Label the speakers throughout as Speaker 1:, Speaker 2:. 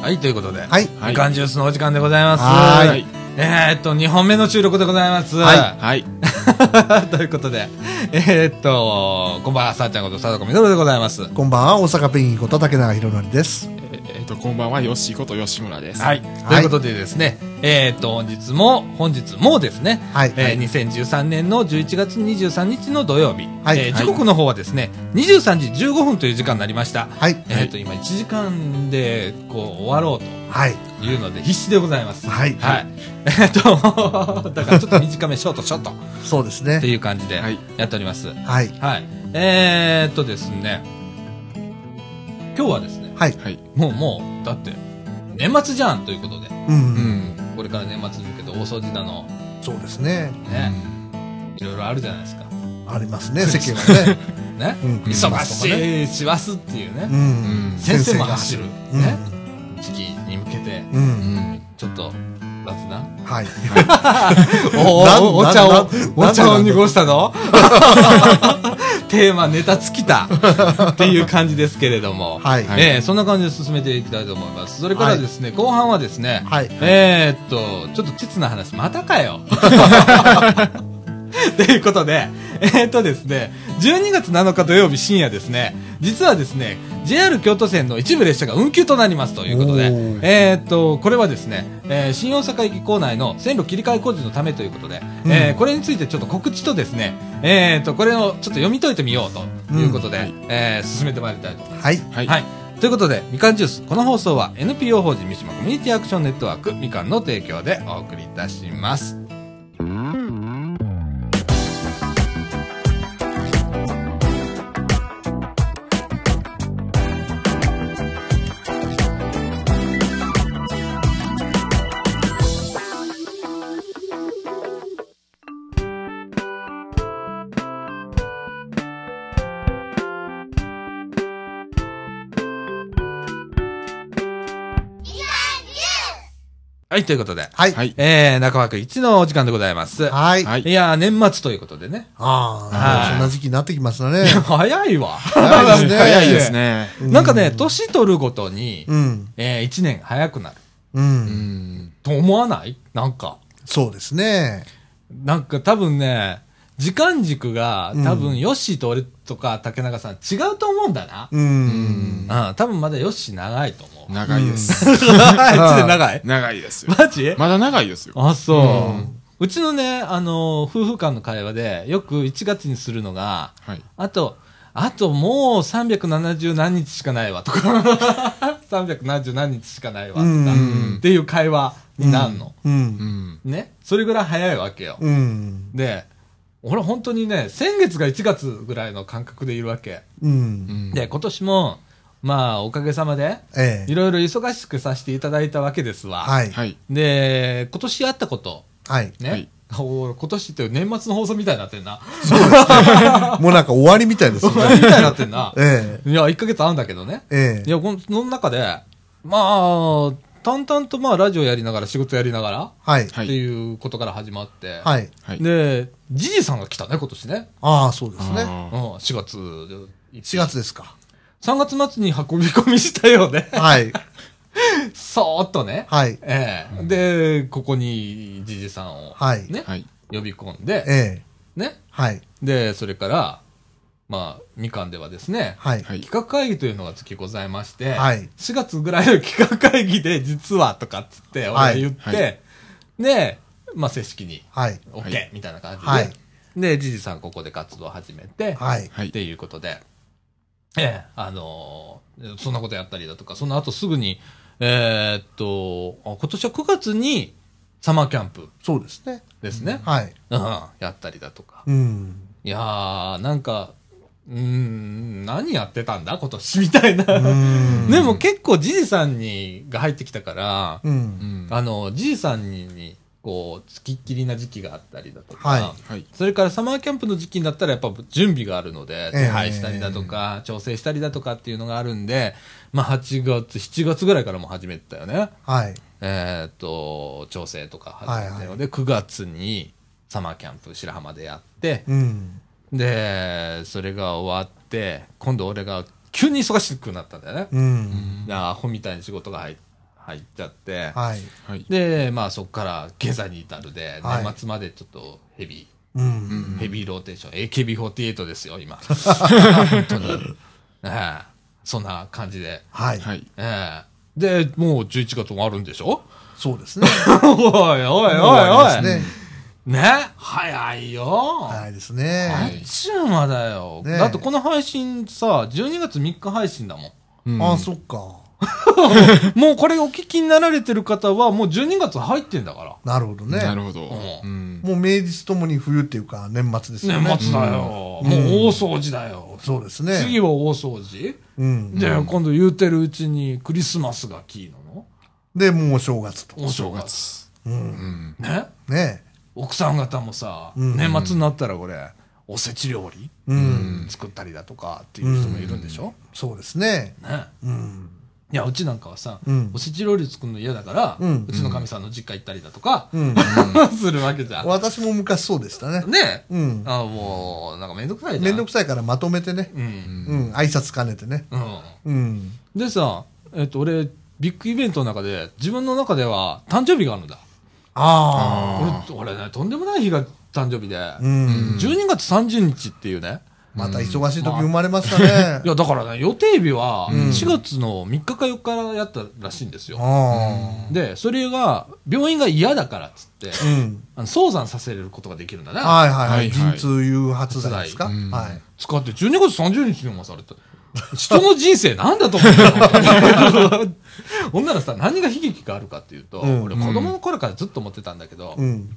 Speaker 1: はい、ということで、
Speaker 2: はい
Speaker 1: みかんジュースのお時間でございます。
Speaker 2: は
Speaker 1: はい。えー、っと、2本目の収録でございます。
Speaker 2: は
Speaker 3: はい。
Speaker 1: い。 ということで、えー、っと、こんばんは、さあちゃんこと貞子みどるでございます。
Speaker 2: こんばんは、大阪ペンギンこと竹永宏典です。
Speaker 3: えっ、えーと、こんばんは、よっしーこと吉村です。
Speaker 1: はい。。ということでですね、えーっと、本日も、本日もですね、
Speaker 2: はい
Speaker 1: えー2013年の11月23日の土曜日、
Speaker 2: はい
Speaker 1: えー時刻の方はですね、23時15分という時間になりました。
Speaker 2: はい。
Speaker 1: えーっと、今1時間で、こう、終わろうと。
Speaker 2: はい。
Speaker 1: いうので必死でございます。
Speaker 2: はい
Speaker 1: はい。 えっと、 だからちょっと短め、ショート、ショートっ
Speaker 2: そうです
Speaker 1: て
Speaker 2: ね。
Speaker 1: いう感じで
Speaker 3: はい
Speaker 1: やっております。はい。
Speaker 2: はい。
Speaker 1: えー、っとですね、今日はですね、
Speaker 2: はい。
Speaker 3: はい。
Speaker 1: もうもう、だって、年末じゃんということで、
Speaker 2: う。
Speaker 3: うんん。
Speaker 1: これから年末に向けて大掃除だの、
Speaker 2: そうですね。
Speaker 1: ね、いろいろあるじゃないですか。
Speaker 2: ありますね、世間はね。
Speaker 1: ね。
Speaker 2: うん
Speaker 1: 忙
Speaker 2: クリスマスとかね
Speaker 1: しい、しますっていう
Speaker 2: う
Speaker 1: ね、
Speaker 2: ん。
Speaker 1: 先生も走る、
Speaker 2: うん。
Speaker 1: ね、時期に向けて、
Speaker 2: う。
Speaker 3: うんん。
Speaker 1: ちょっと雑な
Speaker 2: はい。
Speaker 1: お
Speaker 2: なん
Speaker 1: おお茶
Speaker 2: な
Speaker 1: を
Speaker 2: ん、
Speaker 1: お茶を
Speaker 2: なん
Speaker 1: 濁したの テーマ、ネタ尽きたっていう感じですけれども。
Speaker 2: はい。
Speaker 3: は
Speaker 1: ええそんな感じで進めていきたいと思います。それからですね、後半はですね、
Speaker 2: はい
Speaker 1: えーっと、ちょっと鉄な話、またか よ。ということで、えーっとですね、12月7日土曜日深夜ですね、実はですね、JR 京都線の一部列車が運休となりますということで
Speaker 2: おー、
Speaker 1: えーっと、これはですね、えー新大阪駅構内の線路切り替え工事のためということで、
Speaker 2: うん
Speaker 1: えーこれについてちょっと告知とですね、えーっと、これをちょっと読み解いてみようということで、
Speaker 3: うんはい
Speaker 1: えー進めてまいりたいと思います。
Speaker 2: はい。
Speaker 3: は
Speaker 1: はい、
Speaker 3: い。
Speaker 1: ということで、みかんジュース、この放送は NPO 法人三島コミュニティアクションネットワークみかんの提供でお送りいたします。はい、ということで、
Speaker 2: はい。
Speaker 3: はい。
Speaker 1: えー、中枠1のお時間でございます。
Speaker 2: はい。
Speaker 3: はい
Speaker 1: い、やー、年末ということでね。
Speaker 2: あ
Speaker 1: はい
Speaker 2: あ、もうそんな時期になってきますね。
Speaker 1: 早いわ。
Speaker 2: 早いですね
Speaker 3: 早いですね。
Speaker 1: なんかね、年取るごとに、
Speaker 2: うん。
Speaker 1: えー、1年早くなる。
Speaker 2: う。
Speaker 3: うんん。
Speaker 1: と思わないなんか。
Speaker 2: そうですね。
Speaker 1: なんか多分ね、時間軸が
Speaker 2: うん
Speaker 1: 多分、ヨッシーと俺とか竹中さん違うと思うんだな。
Speaker 2: う。
Speaker 3: うんん。
Speaker 1: うん、多分まだヨッシー長いと思う。
Speaker 3: 長いです。
Speaker 1: あいつで長い
Speaker 3: 長いですよ。
Speaker 1: マジ
Speaker 3: まだ長いですよ。
Speaker 1: あ、そう、うちのね、あの、夫婦間の会話で、よく1月にするのが、
Speaker 3: はい。
Speaker 1: あと、あともう370何日しかないわとか、370何日しかないわとか、
Speaker 2: うん
Speaker 1: っていう会話になるの、
Speaker 2: う。
Speaker 3: うんん。
Speaker 1: ね。それぐらい早いわけよ。
Speaker 2: うん。
Speaker 1: で、俺本当にね、先月が1月ぐらいの感覚でいるわけ。
Speaker 2: う。
Speaker 3: うんん。
Speaker 1: で、今年も、まあ、おかげさまで、
Speaker 2: え
Speaker 1: い
Speaker 2: え。
Speaker 1: ろいろ忙しくさせていただいたわけですわ。
Speaker 2: はい。
Speaker 3: はい。
Speaker 1: で、今年あったこと、
Speaker 2: はい。
Speaker 1: ね。
Speaker 3: はい
Speaker 1: おー今年って年末の放送みたいになって んな。
Speaker 2: もうなんか終わりみたいですね
Speaker 1: み。たいになってんな。
Speaker 2: え
Speaker 1: いや、1ヶ月あるんだけどね。
Speaker 2: え。
Speaker 1: い
Speaker 2: ええ。
Speaker 1: や、このその中で、まあ、淡々とまあ、ラジオやりながら、仕事やりながら、
Speaker 2: はい。
Speaker 3: はい
Speaker 1: っていうことから始まって。
Speaker 2: はい。
Speaker 3: はい。
Speaker 1: で、ジジさんが来たね、今年ね。
Speaker 2: ああ、そうで
Speaker 3: あ
Speaker 2: す
Speaker 3: ー
Speaker 2: ね。
Speaker 1: うん、4月。
Speaker 2: 4月ですか。
Speaker 1: 3月末に運び込みしたよね。
Speaker 2: はい。
Speaker 1: そーっとね。
Speaker 2: はい。
Speaker 1: ええで、ここにジジさんを、
Speaker 2: はい
Speaker 1: ね、
Speaker 3: はい。
Speaker 1: 呼び込んで、
Speaker 2: ええ。
Speaker 1: ね、
Speaker 2: はい。
Speaker 1: で、それから、まあ、みかんではですね、
Speaker 2: はい。
Speaker 3: はい。
Speaker 1: 企画会議というのが月ございまして、
Speaker 2: はい
Speaker 1: 4月ぐらいの企画会議で、実はとかっつって、俺
Speaker 2: は
Speaker 1: が
Speaker 2: い
Speaker 1: 言って、
Speaker 3: は
Speaker 1: で、まあ、正式に、
Speaker 2: はい。
Speaker 1: OK、
Speaker 3: はい
Speaker 1: みたいな感じで、
Speaker 2: はい
Speaker 1: で、じじさんここで活動を始めて、
Speaker 2: はい。
Speaker 3: はい
Speaker 1: っていうことで、ええ、あのーそんなことやったりだとか、その後すぐに、えーっと、あ今年は9月にサマーキャンプ
Speaker 2: そうですね。
Speaker 1: ですね、
Speaker 2: はい。
Speaker 1: うん、やったりだとか、
Speaker 2: うん。
Speaker 1: いやー、なんか、うーん、何やってたんだ今年みたいな。
Speaker 2: うん。
Speaker 1: でも結構じじさんに、が入ってきたから、
Speaker 2: う。
Speaker 3: うんん。
Speaker 1: あの、じじさんにに、こう、付きっきりな時期があったりだとか、
Speaker 2: は
Speaker 3: はい。
Speaker 1: それからサマーキャンプの時期になったらやっぱ準備があるので、
Speaker 2: ええ
Speaker 1: 手配したりだとか、調整したりだとかっていうのがあるんで、まあ8月、7月ぐらいからもう始めてたよね。
Speaker 2: はい。
Speaker 1: えーっと、調整とか始めてたので、9月にサマーキャンプ白浜でやって、
Speaker 2: うん。
Speaker 1: でそれが終わって今度俺が急に忙しくなったんだよね、
Speaker 2: うん。
Speaker 1: でアホみたいに仕事が入っ入っちゃって、
Speaker 2: はい。
Speaker 3: はい。
Speaker 1: で、まあそこから下座に至るで、
Speaker 2: はい
Speaker 1: 年末までちょっとヘビ
Speaker 2: う。
Speaker 3: うん
Speaker 1: ー、
Speaker 3: ん
Speaker 1: ヘビーローテーション、AKB48 ですよ、今。本当に。ええそんな感じで。
Speaker 2: はい。
Speaker 3: はい。
Speaker 1: ええで、もう11月もあるんでしょ
Speaker 2: そうですね。
Speaker 1: おいおいおいおい。
Speaker 2: ですね。
Speaker 1: ね早いよ。
Speaker 2: 早いです
Speaker 1: あ
Speaker 2: ね。
Speaker 1: っちゅう間だよ、
Speaker 2: ねえ
Speaker 1: だってこの配信さ、12月3日配信だもん。
Speaker 2: あ
Speaker 3: う
Speaker 2: あ、
Speaker 3: ん
Speaker 2: そっか。
Speaker 1: もうこれお聞きになられてる方は、もう12月入ってんだから。
Speaker 2: なるほどね。
Speaker 3: なるほど。
Speaker 1: う
Speaker 3: うん
Speaker 2: もう明日ともに冬っていうか年末ですよね。
Speaker 1: 年末だよ。
Speaker 2: うん
Speaker 1: もう大掃除だよ。
Speaker 2: そうですね。
Speaker 1: 次は大掃除、
Speaker 2: うん。
Speaker 1: で、今度言うてるうちにクリスマスがキーなの
Speaker 2: で、もうお正月と。
Speaker 1: お正
Speaker 3: 正
Speaker 1: 月。
Speaker 3: 月。
Speaker 2: うん。
Speaker 3: うん。
Speaker 1: ね
Speaker 2: ね
Speaker 1: 奥さん方もさ、
Speaker 2: うん
Speaker 1: 年末になったらこれ、おせち料理
Speaker 2: え。うん。
Speaker 1: 作ったりだとかっていう人もいるんでしょ、
Speaker 2: そうですね。
Speaker 1: ね
Speaker 2: うん。
Speaker 1: いや、うちなんかはさ、
Speaker 2: うん
Speaker 1: おせち料理作るの嫌だから、う
Speaker 2: うん
Speaker 1: ちのかみさんの実家行ったりだとか、
Speaker 2: うん。
Speaker 1: するわけじゃん。
Speaker 2: 私も昔そうでしたね。
Speaker 1: ねえ。
Speaker 2: うん。
Speaker 1: あもう、なんかめんどくさいじゃん。
Speaker 2: めんどくさいからまとめてね。
Speaker 1: うん。
Speaker 2: うん。挨拶兼ねてね。
Speaker 1: うん。
Speaker 2: うん。
Speaker 1: でさ、えっと、俺、ビッグイベントの中で、自分の中では誕生日があるんだ。
Speaker 2: あ
Speaker 3: あ
Speaker 1: 俺、俺ね、とんでもない日が誕生日で、
Speaker 2: あ。うん。
Speaker 1: 12月30日っていうね。
Speaker 2: また忙しい時生まれました
Speaker 1: い
Speaker 2: ね。
Speaker 1: や、だからね、予定日は、
Speaker 2: うん
Speaker 1: 4月の3日か4日からやったらしいんですよ。
Speaker 2: あ
Speaker 1: で、それが、病院が嫌だからっつって、
Speaker 2: あ。うん。
Speaker 1: あの早産させることができるんだな。
Speaker 2: はいはいはい。
Speaker 3: はいは
Speaker 2: 陣
Speaker 3: い
Speaker 2: 痛誘発剤ですか
Speaker 3: うん
Speaker 2: は
Speaker 1: 使って、12月30日にもされた。人の人生なんだと思ってるほんならさ、何が悲劇があるかっていうと、
Speaker 2: うん
Speaker 1: 俺子供の頃からずっと思ってたんだけど、
Speaker 2: い。うん。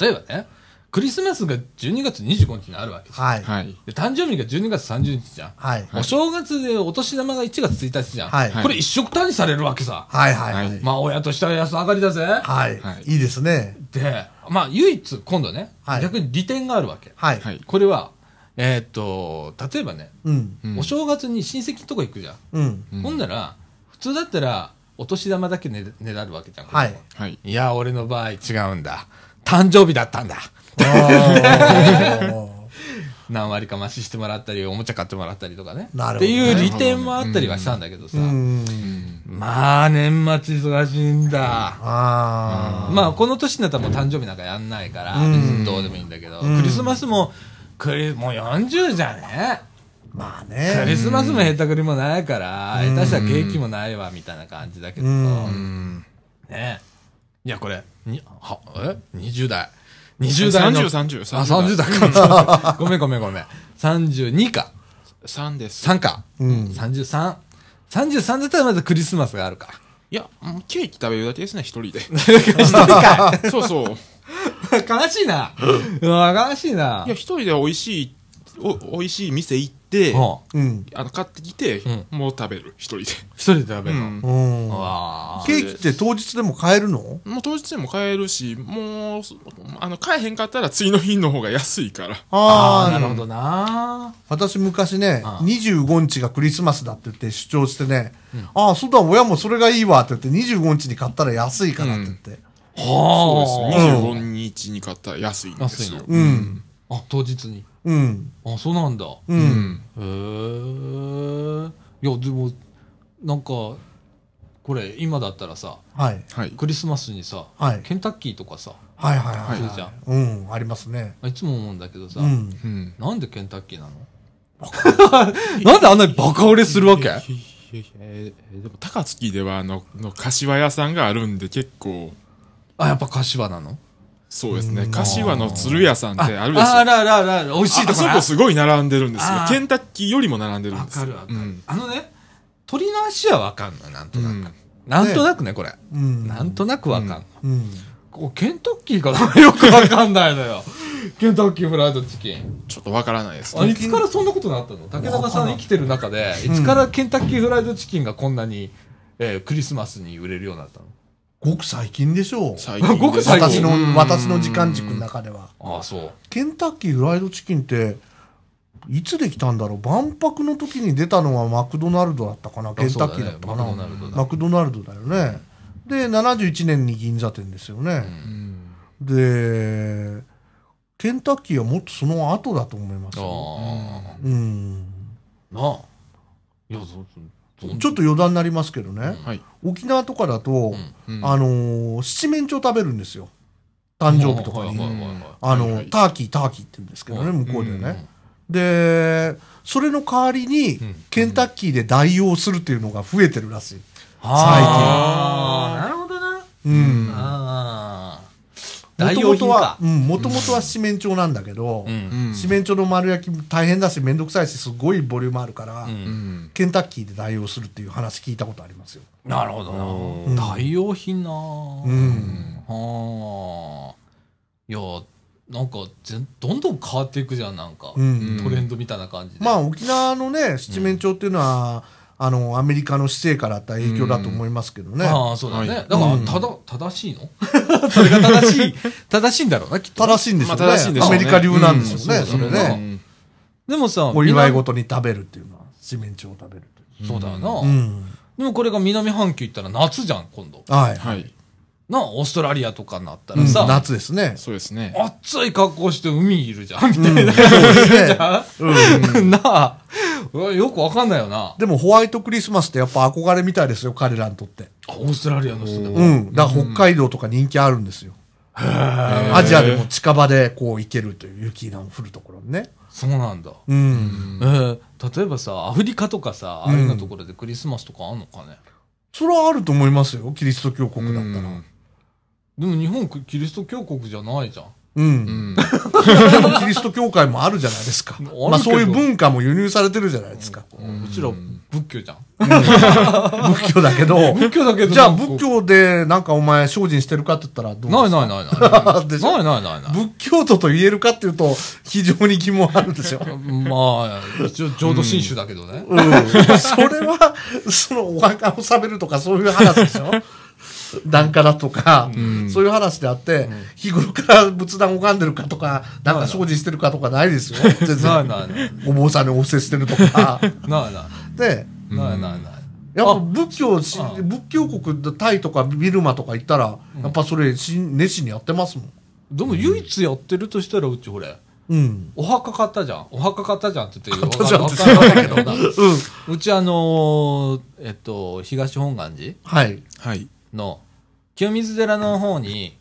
Speaker 1: 例えばね、クリスマスが12月25日にあるわけじゃん
Speaker 2: はい。
Speaker 3: はい。
Speaker 1: で、誕生日が12月30日じゃん。
Speaker 2: はい。
Speaker 3: はい
Speaker 1: お正月でお年玉が1月1日じゃん。
Speaker 2: はい
Speaker 1: これ一色単にされるわけさ。
Speaker 2: はいはいはい。
Speaker 1: まあ、親としては安上がりだぜ。
Speaker 2: はい
Speaker 3: はい。
Speaker 2: いいですね。
Speaker 1: で、まあ、唯一、今度ね、
Speaker 2: はい
Speaker 1: 逆に利点があるわけ。
Speaker 2: はい。
Speaker 3: はい。
Speaker 1: これは、えーっと、例えばね、
Speaker 2: うん。
Speaker 3: うん
Speaker 1: お正月に親戚のとこ行くじゃん。
Speaker 2: うん。
Speaker 3: うん
Speaker 1: ほんなら、普通だったら、お年玉だけねねだるわけじゃん。
Speaker 2: はい。
Speaker 3: はい。
Speaker 1: いや、俺の場合違うんだ。誕生日だったんだ。
Speaker 2: あ
Speaker 1: 何割か増ししてもらったり、おもちゃ買ってもらったりとかね。
Speaker 2: なるほど
Speaker 1: って
Speaker 2: ね
Speaker 1: いう利点もあったりはしたんだけど
Speaker 2: ー
Speaker 1: さ。
Speaker 2: うん。
Speaker 1: まあ、年末忙しいんだ。
Speaker 2: ああ。
Speaker 1: まあ、この年になったらもう誕生日なんかやんないから、
Speaker 2: うん
Speaker 1: 別にどうでもいいんだけど、
Speaker 2: うん
Speaker 1: クリスマスも、クリもう40じゃね
Speaker 2: まあ
Speaker 1: クリ
Speaker 2: ね。
Speaker 1: スマスもへたくりもないから、
Speaker 2: うん
Speaker 1: 下手したらケーキもないわ、みたいな感じだけど、
Speaker 2: うん
Speaker 3: うん。
Speaker 1: ねいや、これ、に、は、え ?20 代。20代の。
Speaker 3: 30 30
Speaker 1: あ、30代か。 ごめんごめんごめん。32か。
Speaker 3: 3です。
Speaker 1: 3か。
Speaker 2: うん
Speaker 1: 33。33だったらまずクリスマスがある か。
Speaker 3: いや、もうケーキ食べるだけですね、一人で。
Speaker 1: 一人かい。
Speaker 3: そう そう。
Speaker 1: 悲しいな。うわ、悲しいな。
Speaker 3: いや、一人で美味しい、お、美味しい店行って、
Speaker 1: うん
Speaker 2: うん。
Speaker 3: あの、買ってきて
Speaker 1: うん、
Speaker 3: もう食べる、一人で。
Speaker 1: 一人で食べ
Speaker 3: う
Speaker 1: るの。
Speaker 3: ん。
Speaker 2: うん。
Speaker 1: わあ
Speaker 2: ケーキって当日でも買えるの
Speaker 3: もう当日でも買えるし、もう、あの、買えへんかったら次の日の方が安いから。
Speaker 1: あーな
Speaker 2: あ
Speaker 1: る
Speaker 2: あ。
Speaker 1: ほどな。
Speaker 2: 私昔ね、
Speaker 1: ああ
Speaker 2: 25日がクリスマスだって言って主張してね、ああ、そうだ、親もそれがいいわって言って、25日に買ったら安いからって言って。
Speaker 3: そう
Speaker 1: は
Speaker 3: です
Speaker 2: あ
Speaker 3: よ。
Speaker 2: ー
Speaker 3: 25日に買ったら安いんですよ
Speaker 1: 安い。
Speaker 2: う。ん。
Speaker 1: あ、当日に。
Speaker 2: うん。
Speaker 1: あ、そうなんだ。へ
Speaker 2: う。
Speaker 3: うんん。
Speaker 1: え。いや、でも、なんか、これ、今だったらさ、
Speaker 2: はい。
Speaker 3: はい。
Speaker 1: クリスマスにさ、
Speaker 2: はい
Speaker 1: ケンタッキーとかさ、
Speaker 2: はいはいはい
Speaker 1: そうじゃ
Speaker 2: はい。うん、ありますね。
Speaker 1: いつも思うんだけどさ、
Speaker 2: うん。
Speaker 3: うん。
Speaker 1: なんでケンタッキーなの なんであんなにバカ売れするわけ
Speaker 3: えーでも、高槻では、あの、の柏屋さんがあるんで、結構、
Speaker 1: あ、やっぱ柏なの
Speaker 3: そうです
Speaker 2: う
Speaker 3: ね。
Speaker 2: ん
Speaker 3: 柏の鶴屋さんってあるでしょ。
Speaker 1: ああらあらあらあら、美味しい
Speaker 3: あ
Speaker 1: と
Speaker 3: あ
Speaker 1: こ
Speaker 3: そ
Speaker 1: な
Speaker 3: こすごい並んでるんですよ
Speaker 1: あ。ー
Speaker 3: ケンタッキーよりも並んでるん
Speaker 1: わ
Speaker 3: です
Speaker 1: か
Speaker 3: よ。
Speaker 1: るわかる、
Speaker 3: うん
Speaker 1: あのね、鳥の足はわかんの、なんとなく。
Speaker 3: うん
Speaker 1: なんとなくね、これ。
Speaker 2: うん。
Speaker 1: なんとなくわかんの。
Speaker 2: うん。
Speaker 1: こうケンタッキーかなよくわかんないのよ。ケンタッキーフライドチキン。
Speaker 3: ちょっとわからないです
Speaker 1: あ
Speaker 3: ね。
Speaker 1: いつからそんなことになったの竹中さん生きてる中で、い
Speaker 2: ん
Speaker 1: つからケンタッキーフライドチキンがこんなに、えークリスマスに売れるようになったの
Speaker 2: ごく最近でしょう。
Speaker 3: 最近です
Speaker 1: ごく最近
Speaker 2: 私の、私の時間軸の中では。
Speaker 1: ああ、そう。
Speaker 2: ケンタッキーフライドチキンって、いつできたんだろう万博の時に出たのはマクドナルドだったかなケンタッキーだったかな
Speaker 1: そうだねマクドナルドだ
Speaker 2: マクドナルドだよね。で、71年に銀座店ですよね。
Speaker 3: うん
Speaker 2: で、ケンタッキーはもっとその後だと思いますよ。
Speaker 1: ああ、
Speaker 2: うん。
Speaker 1: なあ。いや、そうそう
Speaker 2: ちょっと余談になりますけどね、
Speaker 3: はい。
Speaker 2: 沖縄とかだと、
Speaker 1: うん
Speaker 2: あのー七面鳥食べるんですよ誕生日とか
Speaker 1: はい
Speaker 2: に、
Speaker 1: はいはいは
Speaker 2: あの
Speaker 3: はいはい
Speaker 2: ターキーターキーって言うんですけどね、
Speaker 1: はい
Speaker 2: 向こうでね、でそれの代わりに、
Speaker 1: うん
Speaker 2: ケンタッキーで代用するっていうのが増えてるらしい、
Speaker 1: あーなるほどな。
Speaker 2: うん、
Speaker 1: ああ。
Speaker 2: も
Speaker 1: 代
Speaker 2: と
Speaker 1: 用
Speaker 2: も
Speaker 1: 品
Speaker 2: とは
Speaker 1: か、。
Speaker 2: うん、もともとは七面鳥なんだけど、
Speaker 1: うん。
Speaker 3: ん
Speaker 2: 七面鳥の丸焼き大変だし、めんどくさいし、すごいボリュームあるから、
Speaker 1: うん
Speaker 3: うん。
Speaker 2: ケンタッキーで代用するっていう話聞いたことありますよ。
Speaker 1: なるほどな。
Speaker 2: うん
Speaker 1: 代用品な。
Speaker 2: う
Speaker 1: は
Speaker 2: ん。
Speaker 1: あ。いや、なんかぜん、どんどん変わっていくじゃん、なんか
Speaker 2: う。ん。
Speaker 1: トレンドみたいな感じで。
Speaker 2: まあ、沖縄のね、七面鳥っていうのは、あの、アメリカの姿勢からあった影響だと思いますけどね。
Speaker 1: ああ、そうだね。
Speaker 3: はい
Speaker 1: だから、
Speaker 2: うん
Speaker 1: ただ、正しいの それが正しい、正しいんだろうな、きっと。
Speaker 2: 正しいんでしょうね。
Speaker 3: まあ正しいんでしょうね
Speaker 2: アメリカ流なんでしょうね、
Speaker 1: うんそう
Speaker 2: それ
Speaker 1: そう
Speaker 2: ね。
Speaker 1: んでもさ、
Speaker 2: お祝い事に食べるっていうのは、七面鳥を食べるとい
Speaker 1: 南そうだよな、
Speaker 2: う。うん。
Speaker 1: でもこれが南半球行ったら夏じゃん、今度。
Speaker 2: はい。
Speaker 3: はい。
Speaker 1: なあ、オーストラリアとかになった
Speaker 2: う
Speaker 1: ら
Speaker 2: ん
Speaker 1: さ、
Speaker 2: 夏です ね。
Speaker 3: そうですね。
Speaker 1: 暑い格好して海いるじゃん、みたいな。
Speaker 2: うんそうです ね
Speaker 1: じゃん なあ、うわよくわかんないよな。
Speaker 2: でもホワイトクリスマスってやっぱ憧れみたいですよ、彼らにとって。
Speaker 1: あオーストラリアの人でも。
Speaker 2: うん。だから北海道とか人気あるんですよ。アジアでも近場でこう行けるという雪の降るところにね。
Speaker 1: そうなんだ。
Speaker 2: うん。
Speaker 1: えー例えばさ、アフリカとかさ、ああいうようなところでクリスマスとかあんのかね。
Speaker 2: それはあると思いますよ、キリスト教国だったら。
Speaker 3: う
Speaker 1: でも日本クキリスト教国じゃないじゃん。
Speaker 2: うん。
Speaker 3: ん。
Speaker 2: でもキリスト教会もあるじゃないですか。
Speaker 1: るけど
Speaker 2: まあそういう文化も輸入されてるじゃないですか。
Speaker 1: うちら仏教じゃん。
Speaker 2: 仏教だけど。
Speaker 1: 仏教だけど。
Speaker 2: じゃあ
Speaker 1: なんか
Speaker 2: 仏教 でなんかお前精進してるかって言ったらどう
Speaker 1: ないない
Speaker 2: い。
Speaker 1: ないない。
Speaker 2: でしょ
Speaker 1: ないないないない。
Speaker 2: 仏教徒と言えるかっていうと非常に疑問あるんですよ。
Speaker 1: まあ、一応浄土真宗だけどね。
Speaker 2: うん、 それは、そのお墓を納めるとかそういう話でしょ檀家だとか、そういう話であって、日頃から仏壇拝んでるかとか、なんか精進してるかとかないですよ。全
Speaker 1: ない
Speaker 2: 然。
Speaker 1: ないない。
Speaker 2: お坊さんにお布施してるとか。
Speaker 1: ないな
Speaker 2: で、
Speaker 1: い。ないないない。
Speaker 2: やっぱ仏教し
Speaker 1: あ、
Speaker 2: 仏教国、タイとかビルマとか行ったら、やっぱそれし熱心にやってますもん。
Speaker 1: でも唯一やってるとしたら、うちほれ、
Speaker 2: うん。
Speaker 1: お墓買ったじゃん。お墓買ったじゃんって言って、
Speaker 2: 買ったじゃんって
Speaker 1: わかんないわかんないけどな
Speaker 2: うん。
Speaker 1: うちあのー、えっと、東本願寺
Speaker 2: はい。
Speaker 3: はい。
Speaker 1: の清水寺の方に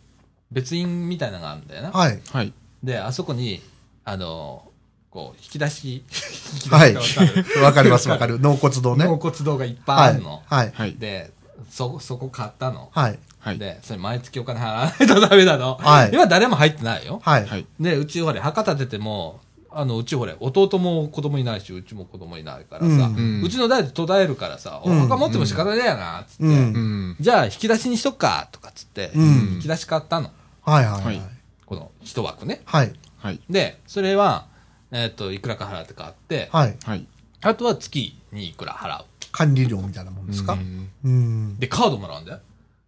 Speaker 1: 別院みたいなのがあるんだよな。
Speaker 2: はい。
Speaker 3: はい。
Speaker 1: で、あそこに、あのー、こう、引き出し、 引き出しが
Speaker 2: はい
Speaker 1: わかる。。
Speaker 2: わかります、わかる。納骨堂ね。
Speaker 1: 納骨堂がいっぱ
Speaker 2: はい
Speaker 1: あ
Speaker 2: い
Speaker 1: るの。。
Speaker 2: はい。
Speaker 3: はい。
Speaker 1: で、そ、そこ買ったの。
Speaker 2: はい。
Speaker 3: はい。
Speaker 1: で、それ毎月お金払わないとダメなの。
Speaker 2: はい
Speaker 1: 今誰も入ってないよ。
Speaker 2: はい。
Speaker 3: はい。
Speaker 1: で、うちほれ、墓建てても、あの、うちほれ、弟も子供いないし、うちも子供いないからさ、
Speaker 2: う
Speaker 1: うん
Speaker 3: うん
Speaker 1: ちの代で途絶えるからさ、
Speaker 2: うん
Speaker 1: お墓持っても仕方ねえやな、つって、
Speaker 2: うん。
Speaker 3: ん。
Speaker 1: じゃあ引き出しにしとくか、とかつって、
Speaker 2: うん
Speaker 1: 引き出し買ったの。
Speaker 2: はいはいはい。
Speaker 1: この一枠ね。
Speaker 2: はい。
Speaker 3: はい。
Speaker 1: で、それは、えっ、と、いくらか払って買って、
Speaker 2: はい。
Speaker 3: はい。
Speaker 1: あとは月にいくら払う。
Speaker 2: 管理料みたいなもんですか
Speaker 3: うん
Speaker 2: うん。
Speaker 1: で、カードもらうんだよ。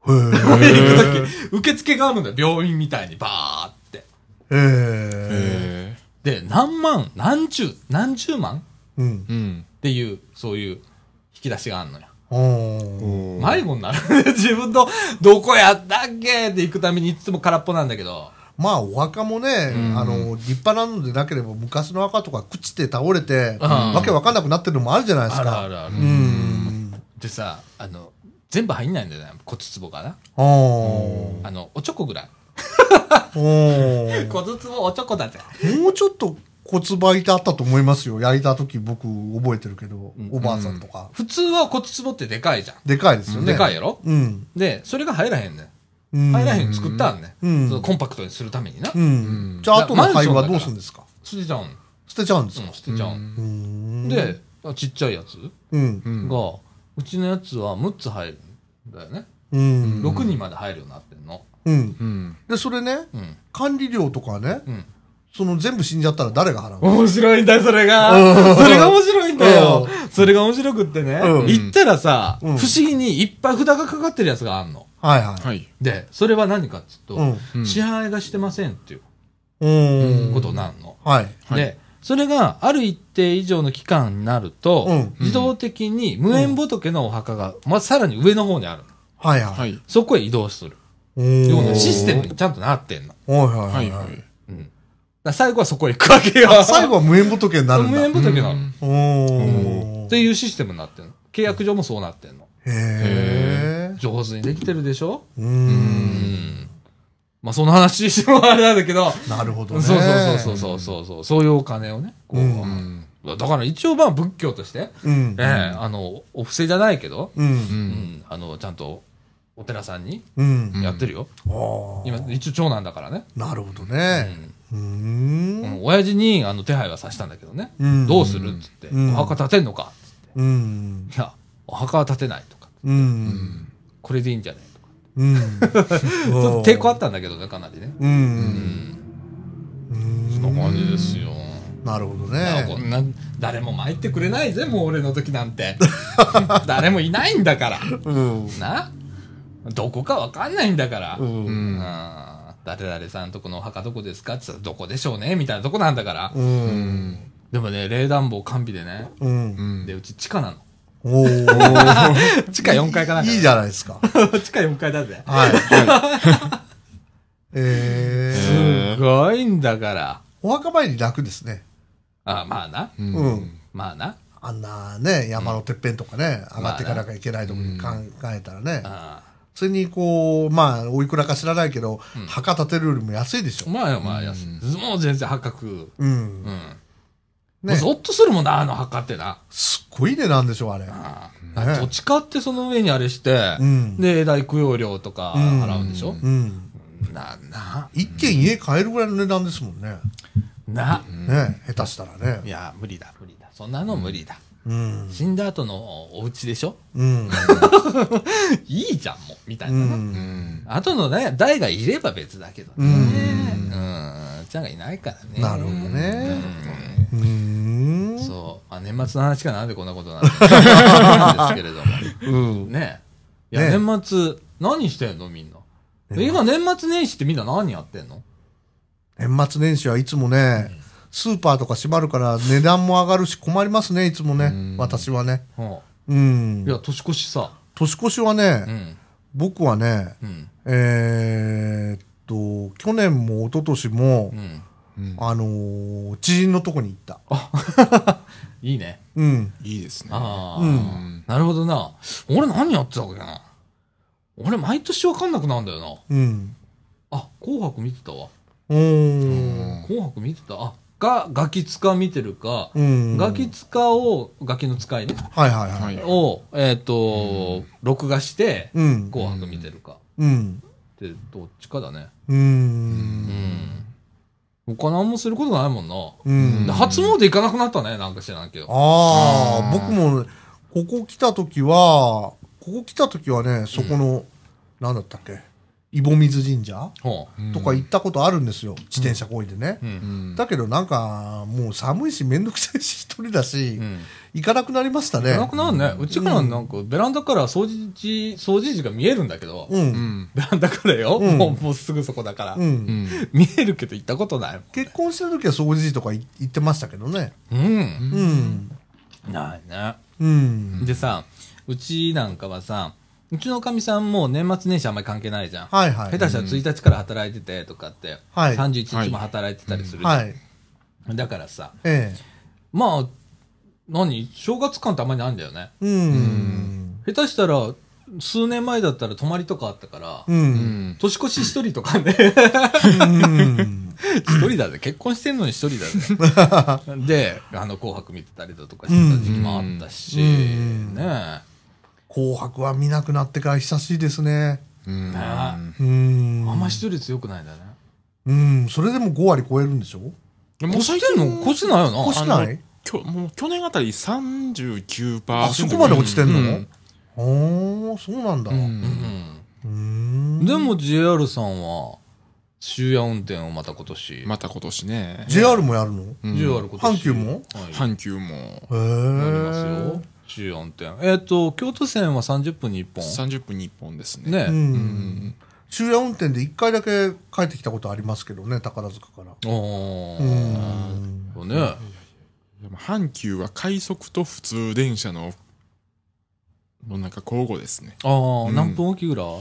Speaker 2: へ
Speaker 1: 行
Speaker 2: え。
Speaker 1: くとき、受付があるんだよ。病院みたいにバーって。
Speaker 2: へえ。
Speaker 3: へ
Speaker 1: で、何万、何十、何十万
Speaker 2: うん
Speaker 3: ー。。うん。
Speaker 1: っていう、そういう引き出しがあるのよ。
Speaker 2: おー
Speaker 1: 迷子になる。自分の、どこやったっけって行くためにいつも空っぽなんだけど。
Speaker 2: まあ、お墓もね、あの、立派なのでなければ、昔の墓とか朽ちて倒れて、
Speaker 1: うん
Speaker 2: わけわかんなくなってるのもあるじゃないです
Speaker 1: あるあ
Speaker 2: か。
Speaker 1: るある
Speaker 2: う。ん。
Speaker 1: でさ、あの、全部入んないんだよね。骨壺がな。
Speaker 2: おー
Speaker 1: あの、おちょこぐらい。
Speaker 2: お ー
Speaker 1: 骨壺おちょこだぜ。
Speaker 2: もうちょっと骨灰ってあったと思いますよ。焼いた時僕覚えてるけど、おばあさんとか。
Speaker 1: 普通は骨壺ってでかいじゃん。
Speaker 2: でかいですよね。
Speaker 1: でかいやろ
Speaker 2: うん。
Speaker 1: で、それが入らへんねん。
Speaker 2: うん。
Speaker 1: 入らへんように作ったんね。
Speaker 2: うん
Speaker 1: そのコンパクトにするためにな。
Speaker 2: うん。じゃあ、後の灰はどうするんですか
Speaker 1: 捨てちゃうん。
Speaker 2: 捨てちゃうんです
Speaker 1: う
Speaker 2: か
Speaker 1: ん、捨てちゃう。ん、
Speaker 2: うん
Speaker 1: で、あちっちゃいやつ
Speaker 2: うん。
Speaker 3: うん。
Speaker 1: が、うちのやつは6つ入るんだよね。
Speaker 2: うん。
Speaker 1: 6人まで入るようになってんの。
Speaker 2: うん。
Speaker 3: うん。
Speaker 2: で、それね、
Speaker 1: うん。
Speaker 2: 管理料とかね、
Speaker 1: うん。
Speaker 2: その全部死んじゃったら誰が払うの
Speaker 1: 面白いんだよ、それが。それが面白いんだよ。それが面白くってね。
Speaker 2: うん
Speaker 1: 行ったらさ、
Speaker 2: うん
Speaker 1: 不思議にいっぱい札がかかってるやつがあんの。
Speaker 2: はいは
Speaker 3: はい。
Speaker 1: で、それは何かっつうと、
Speaker 2: うん
Speaker 3: うん
Speaker 1: 支払いがしてませんっていう
Speaker 2: い。うん。
Speaker 1: ことになるの。
Speaker 2: はい。
Speaker 3: はい
Speaker 1: で、それがある一定以上の期間になると、
Speaker 2: うん
Speaker 1: 自動的に無縁仏のお墓が、まあ、さらに上の方にある。
Speaker 2: はいはい。
Speaker 3: はい。
Speaker 1: そこへ移動する。
Speaker 2: うん
Speaker 1: ようなシステムにちゃんとなってんの。
Speaker 2: はいは
Speaker 3: はいい。
Speaker 2: は。
Speaker 3: はいい。
Speaker 1: うん。だから最後はそこへ行くわけよ。
Speaker 2: 最後は無縁仏になるん
Speaker 1: 無
Speaker 2: だ
Speaker 1: 縁。仏なの。
Speaker 2: おー
Speaker 1: っていうシステムになってるの。契約上もそうなってんの。
Speaker 2: へえ。
Speaker 1: 上手にできてるでしょ
Speaker 2: う。
Speaker 1: うんん。まあ、その話してもあれなんだけど、
Speaker 2: なるほど
Speaker 1: そう
Speaker 2: ね。
Speaker 1: そうそうそうそうそう、そういうお金をね、こう、
Speaker 2: うん
Speaker 1: うんだから一応まあ仏教として、
Speaker 2: う。うん
Speaker 1: ええ。あの、お布施じゃないけど、
Speaker 2: う。
Speaker 3: うん。
Speaker 1: うんん、あの、ちゃんとお寺さんに
Speaker 2: うん。
Speaker 1: やってるよ。
Speaker 2: あ
Speaker 1: 今、
Speaker 2: あ。
Speaker 1: 一応長男だからね。
Speaker 2: なるほど
Speaker 1: う
Speaker 2: ね。
Speaker 1: ん
Speaker 2: うー。
Speaker 1: うんん、親父にあの手配はさせたんだけどね。
Speaker 2: うん
Speaker 1: どうするっつって、
Speaker 2: うん
Speaker 1: お墓建てんのか
Speaker 2: うん。
Speaker 1: いや、お墓は建てないとか、
Speaker 2: うん。
Speaker 1: これでいいんじゃないとか。
Speaker 2: うん。
Speaker 1: ち ょっと抵抗あったんだけどね、かなりね。
Speaker 2: う。
Speaker 1: うんん。
Speaker 2: うん
Speaker 1: そんな感じですよ。
Speaker 2: なるほど
Speaker 1: なんか
Speaker 2: ね。
Speaker 1: なん誰も参ってくれないぜ、もう俺の時なんて。 誰もいないんだから。
Speaker 2: うん。
Speaker 1: などこかわかんないんだから。
Speaker 2: う
Speaker 1: うん
Speaker 2: ん。
Speaker 1: 誰々さんとこのお墓どこですかって言ったら、どこでしょうねみたいなとこなんだから。
Speaker 2: うん。
Speaker 1: でもね、冷暖房完備でね。
Speaker 2: うん。
Speaker 1: で、うち地下なの。
Speaker 2: おー。
Speaker 1: 地下4階かなんか。
Speaker 2: いいじゃないですか。
Speaker 1: ゃん。地下4階だぜ。
Speaker 2: はい。 えー、
Speaker 1: すごいんだから。
Speaker 2: お墓参り楽ですね。
Speaker 1: あまあな。
Speaker 2: うん。
Speaker 1: まあな。
Speaker 2: あんなね、山のてっぺんとかね、上がっていかなきゃいけないとこに考えたらね。
Speaker 1: あ
Speaker 2: それにこう、まあ、おいくらか知らないけど、
Speaker 1: ん
Speaker 2: 墓建てるよりも安いでしょ
Speaker 1: あ。まあまあ安い。もう全然破格。
Speaker 2: うん。
Speaker 1: うん。もう
Speaker 2: ね。
Speaker 1: ゾッとするもんな、あの墓ってな。
Speaker 2: すっごい値段でしょ、あれ。
Speaker 1: あ
Speaker 2: ね
Speaker 1: あ土地買ってその上にあれして
Speaker 2: う、ん。
Speaker 1: で、大供養料とか
Speaker 2: うん
Speaker 1: 払うんでしょ
Speaker 2: うん。
Speaker 1: な、な、
Speaker 2: 一軒家買えるぐらいの値段ですもんね。
Speaker 1: な。
Speaker 2: ね。下手したら
Speaker 1: い
Speaker 2: ね。
Speaker 1: や、無理だ、無理だ。そんなの無理だ。
Speaker 2: うん。
Speaker 1: 死んだ後のお家でしょ
Speaker 2: うん。。
Speaker 1: いいじゃん、もう。みたいうなね。
Speaker 3: うんん。
Speaker 1: 後のね、代がいれば別だけどね。
Speaker 2: うん
Speaker 1: うん。うちなんかいないからね。
Speaker 2: なるほどね。うーん。
Speaker 1: そう、まあ、年末の話がなんでこんなことなんだ ろうですけれども。
Speaker 2: うん。
Speaker 1: ねえ。いや、
Speaker 2: ねえ
Speaker 1: 年末、何してんのみんな。え今、年末年始ってみんな何やってんの
Speaker 2: 年末年始はいつもね、スーパーとか閉まるから値段も上がるし困りますね、いつもね、
Speaker 3: ん
Speaker 2: 私はね。
Speaker 1: は
Speaker 2: う
Speaker 1: あ
Speaker 2: ん
Speaker 1: い。や、年越しさ。
Speaker 2: 年越しはね、
Speaker 1: うん。
Speaker 2: 僕はね、
Speaker 1: うん。
Speaker 2: えーっと、去年も一昨年も、
Speaker 1: うん。
Speaker 2: あのー知人のとこに行った。
Speaker 1: いいね。
Speaker 2: うん。
Speaker 3: いいですね。
Speaker 1: ああ、
Speaker 2: うん
Speaker 1: なるほどな。俺何やってたわけな。俺毎年わかんなくなるんだよな。
Speaker 2: うん。
Speaker 1: あ、紅白見てたわ。
Speaker 2: うーん。
Speaker 1: 紅白見てた。あ、が、ガキ使見てるか、
Speaker 2: うん。
Speaker 1: ガキ使を、ガキの使いね。
Speaker 2: はいはいは。
Speaker 3: はいい。
Speaker 1: を、えっ、と、録画して、
Speaker 2: うん。
Speaker 1: 紅白見てるか。
Speaker 2: うん。
Speaker 1: って、どっちかだね。
Speaker 2: うー。
Speaker 1: うんん。他何もすることないもんな。
Speaker 2: うん
Speaker 1: で。初詣行かなくなったね、なんか知らないけど。
Speaker 2: ああ、
Speaker 3: あー
Speaker 2: 僕も、ここ来た時は、ここ来た時はね、そこの、なんだったっけ、イボ水神社
Speaker 1: ほう。
Speaker 2: とか行ったことあるんですよ、自転車こいでね。
Speaker 1: う。
Speaker 3: うんん。
Speaker 2: だけどなんか、もう寒いし、めんどくさいし、一人だし、
Speaker 1: うん。
Speaker 2: 行かなくなりました
Speaker 1: な
Speaker 2: ね。
Speaker 1: くなるね。うちからなんか、ベランダから掃除時、掃除時が見えるんだけど、
Speaker 2: う。
Speaker 3: うんん。
Speaker 1: ベランダからよ、
Speaker 2: うん
Speaker 1: もうもうすぐそこだから。
Speaker 2: う。
Speaker 3: うんん。
Speaker 1: 見えるけど行ったことないもん。
Speaker 2: 結婚してる時は掃除とかい行ってましたけどね。
Speaker 1: うん。
Speaker 2: うん。
Speaker 1: ないね。
Speaker 2: うん。
Speaker 1: でさ、うちなんかはさ、うちのかみさんも年末年始あんまり関係ないじゃん。
Speaker 2: はいはい
Speaker 1: 下。手したら1日から働いててとかって、
Speaker 2: はい
Speaker 1: 31日も働いてたりするじゃん
Speaker 2: はい。
Speaker 1: だからさ、
Speaker 2: ええ。
Speaker 1: まあ、何、正月感ってあんまりないんだよね。
Speaker 2: うん。
Speaker 1: 下手したら、数年前だったら泊まりとかあったから、
Speaker 2: うん。
Speaker 1: 年越し一人とかね、
Speaker 2: うん。
Speaker 1: 一人だぜ。結婚してんのに一人だ ぜ。で、あの、紅白見てたりだとかしてた時期もあったし、
Speaker 2: うん
Speaker 1: ね
Speaker 2: 紅白は見なくなってから久しいですね。
Speaker 3: うん。
Speaker 1: ね
Speaker 2: う
Speaker 1: え
Speaker 2: ーん。
Speaker 1: あんま視聴率良くないんだね。
Speaker 2: うん、それでも5割超えるんでしょ
Speaker 1: 越してんの越してないよな。
Speaker 2: 越してな
Speaker 1: あの
Speaker 2: い
Speaker 3: きょもう去年あたり39%パ
Speaker 2: あ
Speaker 3: ーセ
Speaker 2: そ
Speaker 3: ント
Speaker 2: こまで落ちてんの、
Speaker 3: うん
Speaker 2: おー、そうなんだ。う
Speaker 3: う
Speaker 2: ー。
Speaker 3: ん
Speaker 1: うんん。でも JR さんは、終夜運転をまた今年。
Speaker 3: また今年ね
Speaker 2: JR もやるの
Speaker 1: JR 今年。
Speaker 2: 阪急も
Speaker 1: はい。や
Speaker 3: 阪急も
Speaker 2: へえ。
Speaker 1: りますよ。終夜運転。えっと、京都線は30分に1本。
Speaker 3: 30分に1本ですね
Speaker 2: う
Speaker 1: ね。
Speaker 2: ん。昼夜運転で1回だけ帰ってきたことありますけどね、宝塚から。
Speaker 1: お
Speaker 2: う
Speaker 1: ー。
Speaker 2: ん。
Speaker 1: そうね。
Speaker 3: でも阪急は快速と普通電車ののなんか交互ですね
Speaker 1: ああ、
Speaker 3: ん
Speaker 1: 何分おきぐらい
Speaker 3: 確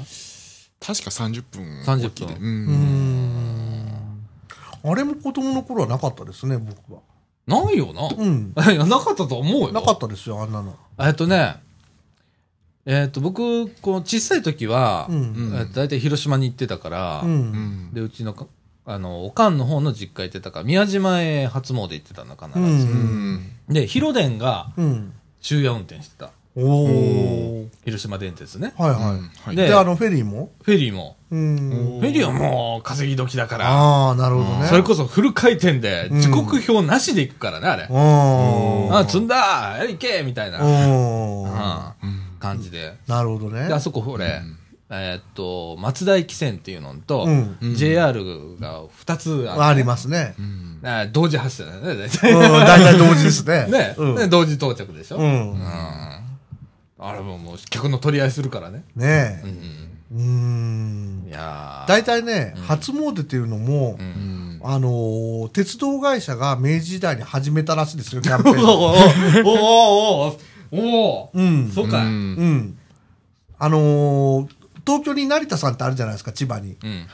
Speaker 3: か30分
Speaker 1: 30分
Speaker 3: 大きいでう
Speaker 2: うー
Speaker 3: ん
Speaker 2: ん。あれも子供の頃はなかったですね、僕は。
Speaker 1: ないよな。
Speaker 2: うん。
Speaker 1: いや、なかったと思うよ。
Speaker 2: なかったですよ、あんなの。
Speaker 1: えっとね、えっ、と、僕、こう、小さい時は、
Speaker 2: うん
Speaker 1: えー大体広島に行ってたから、
Speaker 2: う。
Speaker 3: うんん
Speaker 1: で、うちのか、あの、おかんの方の実家行ってたから、宮島へ初詣行ってたのかな、
Speaker 2: うん
Speaker 3: うん
Speaker 1: で、広電が
Speaker 2: うん。
Speaker 1: 昼夜運転してた。
Speaker 2: お
Speaker 3: お
Speaker 2: ー。
Speaker 1: 広島電鉄ね。
Speaker 2: はい
Speaker 3: は
Speaker 2: はいい。
Speaker 1: で
Speaker 2: で、あの、フェリーも
Speaker 1: フェリーも。
Speaker 2: うん。
Speaker 1: フェリーはもう稼ぎ時だから、
Speaker 2: ああ、なるほどね。
Speaker 1: それこそフル回転で
Speaker 2: うん
Speaker 1: 時刻表なしで行くからね、あれ。
Speaker 2: うん。
Speaker 1: あ、積んだ行けみたいな、うん
Speaker 2: うん。
Speaker 3: うん
Speaker 1: 感じで。
Speaker 2: なるほどね
Speaker 1: で、。あそこほれ、えーっと、松田駅線っていうのと、
Speaker 2: うん
Speaker 1: JR が2つ
Speaker 2: あ
Speaker 1: あ
Speaker 2: り
Speaker 1: る
Speaker 2: ますね。
Speaker 1: あ同時発車だよね、大
Speaker 2: うん、
Speaker 1: 体。
Speaker 2: 大体同時です ね。
Speaker 1: ね、
Speaker 2: うん
Speaker 1: ね同時到着でしょ。
Speaker 2: う
Speaker 1: うん
Speaker 2: ん。
Speaker 1: あれももう客の取り合いするからね。
Speaker 2: ね
Speaker 1: う
Speaker 2: え。
Speaker 1: ん。
Speaker 2: うーん
Speaker 1: い。やー
Speaker 2: 大体ね
Speaker 1: うん、
Speaker 2: 初詣っていうのも
Speaker 1: う、。
Speaker 3: うんん
Speaker 2: あのー、鉄道会社が明治時代に始めたらしいですよ、キャンペ
Speaker 1: お
Speaker 2: ーンを。
Speaker 1: ーおーおーおーおー
Speaker 2: うん。
Speaker 1: そうかい。
Speaker 3: うん
Speaker 2: うん。あのー、東京に成田さんってあるじゃないですか、千葉に。
Speaker 1: うん。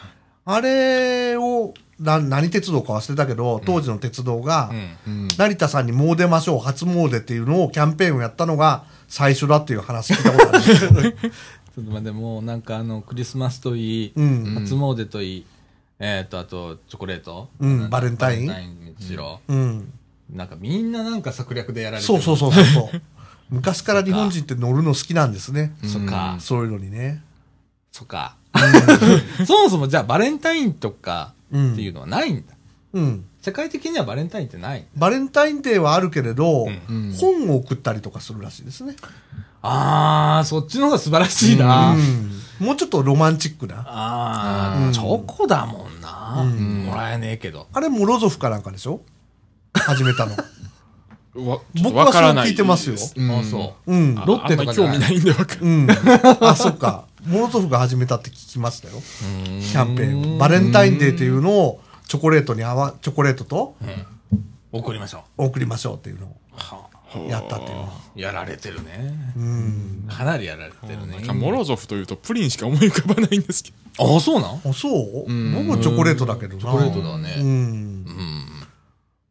Speaker 2: あれを、な何鉄道か忘れたけど、当時の鉄道が
Speaker 1: う、ん。
Speaker 3: うん
Speaker 2: 成田さんにもう出ましょう、初詣っていうのをキャンペーンをやったのが最初だっていう話聞いたことある。
Speaker 1: ちょっと待って、もうなんかあの、クリスマスといい、
Speaker 2: うん。
Speaker 1: 初詣といい、えっ、と、あと、チョコレート。
Speaker 2: うんバレンタイン
Speaker 1: バレンタインにしろ、
Speaker 2: うん。
Speaker 1: なんかみんななんか策略でやられて。
Speaker 2: そうそううそうそ うそう。昔から日本人って乗るの好きなんですね。
Speaker 1: そっか、
Speaker 2: そういうのにね。
Speaker 1: そっか。 そもそもじゃあバレンタインとか
Speaker 2: うん
Speaker 1: っていうのはないんだ。
Speaker 2: うん。
Speaker 1: 世界的にはバレンタインってない。
Speaker 2: バレンタインデーはあるけれど、
Speaker 3: うん
Speaker 2: 本を送ったりとかするらしいですね。
Speaker 1: あー、そっちの方が素晴らしいな。
Speaker 2: うん。もうちょっとロマンチックな。
Speaker 1: あー、
Speaker 2: うん
Speaker 1: チョコだもんな、
Speaker 2: うん
Speaker 1: もらえねえけど。
Speaker 2: あれ、モロゾフかなんかでしょ始め たの。
Speaker 3: わ
Speaker 2: 僕は
Speaker 3: わからない
Speaker 2: そう聞いてますよ
Speaker 3: うん
Speaker 1: あそうう。
Speaker 2: ん。
Speaker 1: ロッテとかじゃ
Speaker 3: あんま興味ないんでわかん
Speaker 2: うん。あ、そっか。モロゾフが始めたって聞きましたよ。
Speaker 1: キ
Speaker 2: キャンペーンを。バ
Speaker 1: バレ
Speaker 2: レンタインデーというのを、チョコレートに合わ、チョコレートと
Speaker 1: 送りましょ
Speaker 2: 送りましょうっていうのを
Speaker 3: ない
Speaker 2: やったっていうのは。
Speaker 1: う。やられてるね。
Speaker 2: うん。
Speaker 1: かなりやられてるね
Speaker 3: なん。かモロゾフというとプリンしか思い浮かばないんですけど
Speaker 1: ああ、そうなん
Speaker 2: あ、そう
Speaker 3: うん
Speaker 2: 僕はチョコレートだけどな。
Speaker 1: チョコレートだね。
Speaker 2: う。
Speaker 1: うんん。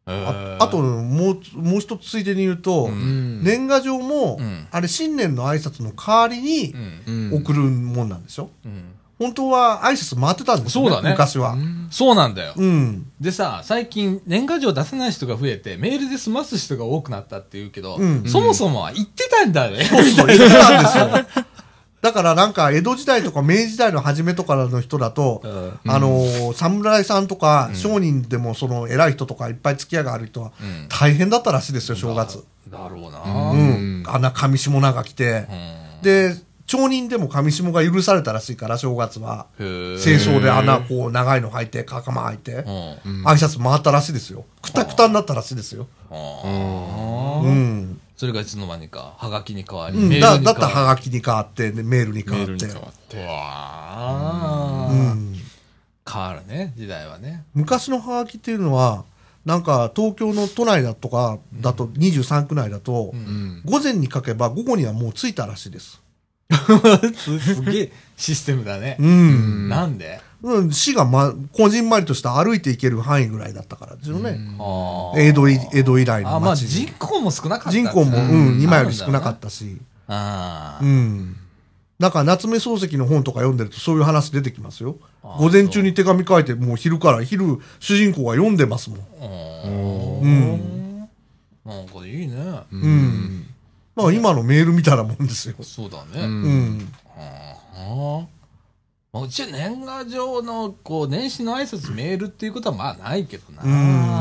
Speaker 2: ああと、もう、もう一つついでに言うと、
Speaker 3: ん
Speaker 2: 年賀状も、
Speaker 1: うん
Speaker 2: あれ新年の挨拶の代わりに
Speaker 1: うん
Speaker 2: 送るもんなんでしょ、
Speaker 1: うん
Speaker 2: 本当は挨拶回ってたんですよ、ね。
Speaker 1: そうだね
Speaker 2: 昔は。
Speaker 1: そうなんだよ。
Speaker 2: うん。
Speaker 1: でさ、最近年賀状出せない人が増えて、メールで済ます人が多くなったって言うけど、
Speaker 2: うん
Speaker 1: そもそもは言ってたんだね。
Speaker 2: そうそう、言ってたんですよ。だからなんか、江戸時代とか明治時代の初めとかの人だと、
Speaker 1: うん
Speaker 2: あのー侍さんとか、商人でもその偉い人とかいっぱい付き合いがある人は
Speaker 1: うん
Speaker 2: 大変だったらしいですよ、正月。
Speaker 1: だろうな、
Speaker 2: う
Speaker 1: うん
Speaker 2: ん。あんな上下長着て。で、町人でも上下が許されたらしいから、正月は。
Speaker 1: へ
Speaker 2: 清掃で穴こう長いの履いて、かかま履いて、
Speaker 1: え。うん。
Speaker 2: 挨拶回ったらしいですよ。くたくたになったらしいですよ。
Speaker 1: あ
Speaker 2: う
Speaker 1: ー
Speaker 2: ん。
Speaker 1: それがいつの間にか、はがきに変わり、
Speaker 2: うん、
Speaker 1: メ
Speaker 2: だ
Speaker 1: ールに変わ
Speaker 2: だったらは
Speaker 1: り。
Speaker 2: がきに変わって、でメールに
Speaker 3: メ
Speaker 2: 変わ
Speaker 3: ー
Speaker 2: っ
Speaker 3: ル
Speaker 2: て
Speaker 3: に。変わって
Speaker 1: うわー
Speaker 2: うん、
Speaker 1: 変わるね、時代はね。
Speaker 2: 昔のはがきっていうのは、なんか東京の都内だとかだと、23区内だと、
Speaker 3: うん
Speaker 2: 午前に書けば午後にはもう着いたらしいです。
Speaker 1: す すげえシステムだね。
Speaker 2: うん。
Speaker 1: なんで
Speaker 2: うん、市がま、こじんまりとした歩いていける範囲ぐらいだったからですよね。
Speaker 1: あー
Speaker 2: 江戸い、江戸以来の
Speaker 1: あ、まあ
Speaker 2: 町
Speaker 1: 人口も少なかった。
Speaker 2: 人口も、
Speaker 1: う
Speaker 2: うんん、今より少なかったし。
Speaker 1: あ
Speaker 2: う
Speaker 1: ー
Speaker 2: ん。だから夏目漱石の本とか読んでるとそういう話出てきますよ。
Speaker 1: あ
Speaker 2: 午前中に手紙書いて、もう昼から、昼、主人公が読んでますもん。
Speaker 1: うん
Speaker 2: うん
Speaker 1: なんかいいね。
Speaker 3: う
Speaker 2: うんまあ今のメールみたいなもんですよ。
Speaker 1: そうだ
Speaker 3: う
Speaker 1: ね。
Speaker 2: うん
Speaker 1: う
Speaker 2: ん。
Speaker 1: ん。まあ、うちは年賀状の、こう、年始の挨拶メールっていうことはまあないけどな。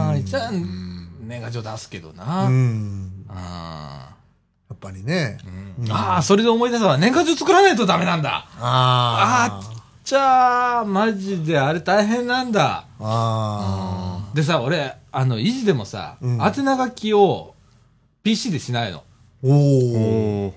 Speaker 2: うん
Speaker 1: 一応、
Speaker 3: うん
Speaker 1: 年賀状出すけど
Speaker 2: う
Speaker 1: な。うん。
Speaker 2: ん。
Speaker 1: あ
Speaker 2: やっぱりね。うん
Speaker 1: あー、それで思い出したわ。年賀状作らないとダメなんだ。
Speaker 2: あ
Speaker 1: じゃあ、マジであれ大変なんだ。
Speaker 2: あ。ああ。
Speaker 1: でさ、俺、あの、維持でもさ、
Speaker 2: うん
Speaker 1: 宛名書きを PC でしないの。
Speaker 2: おお。
Speaker 3: おー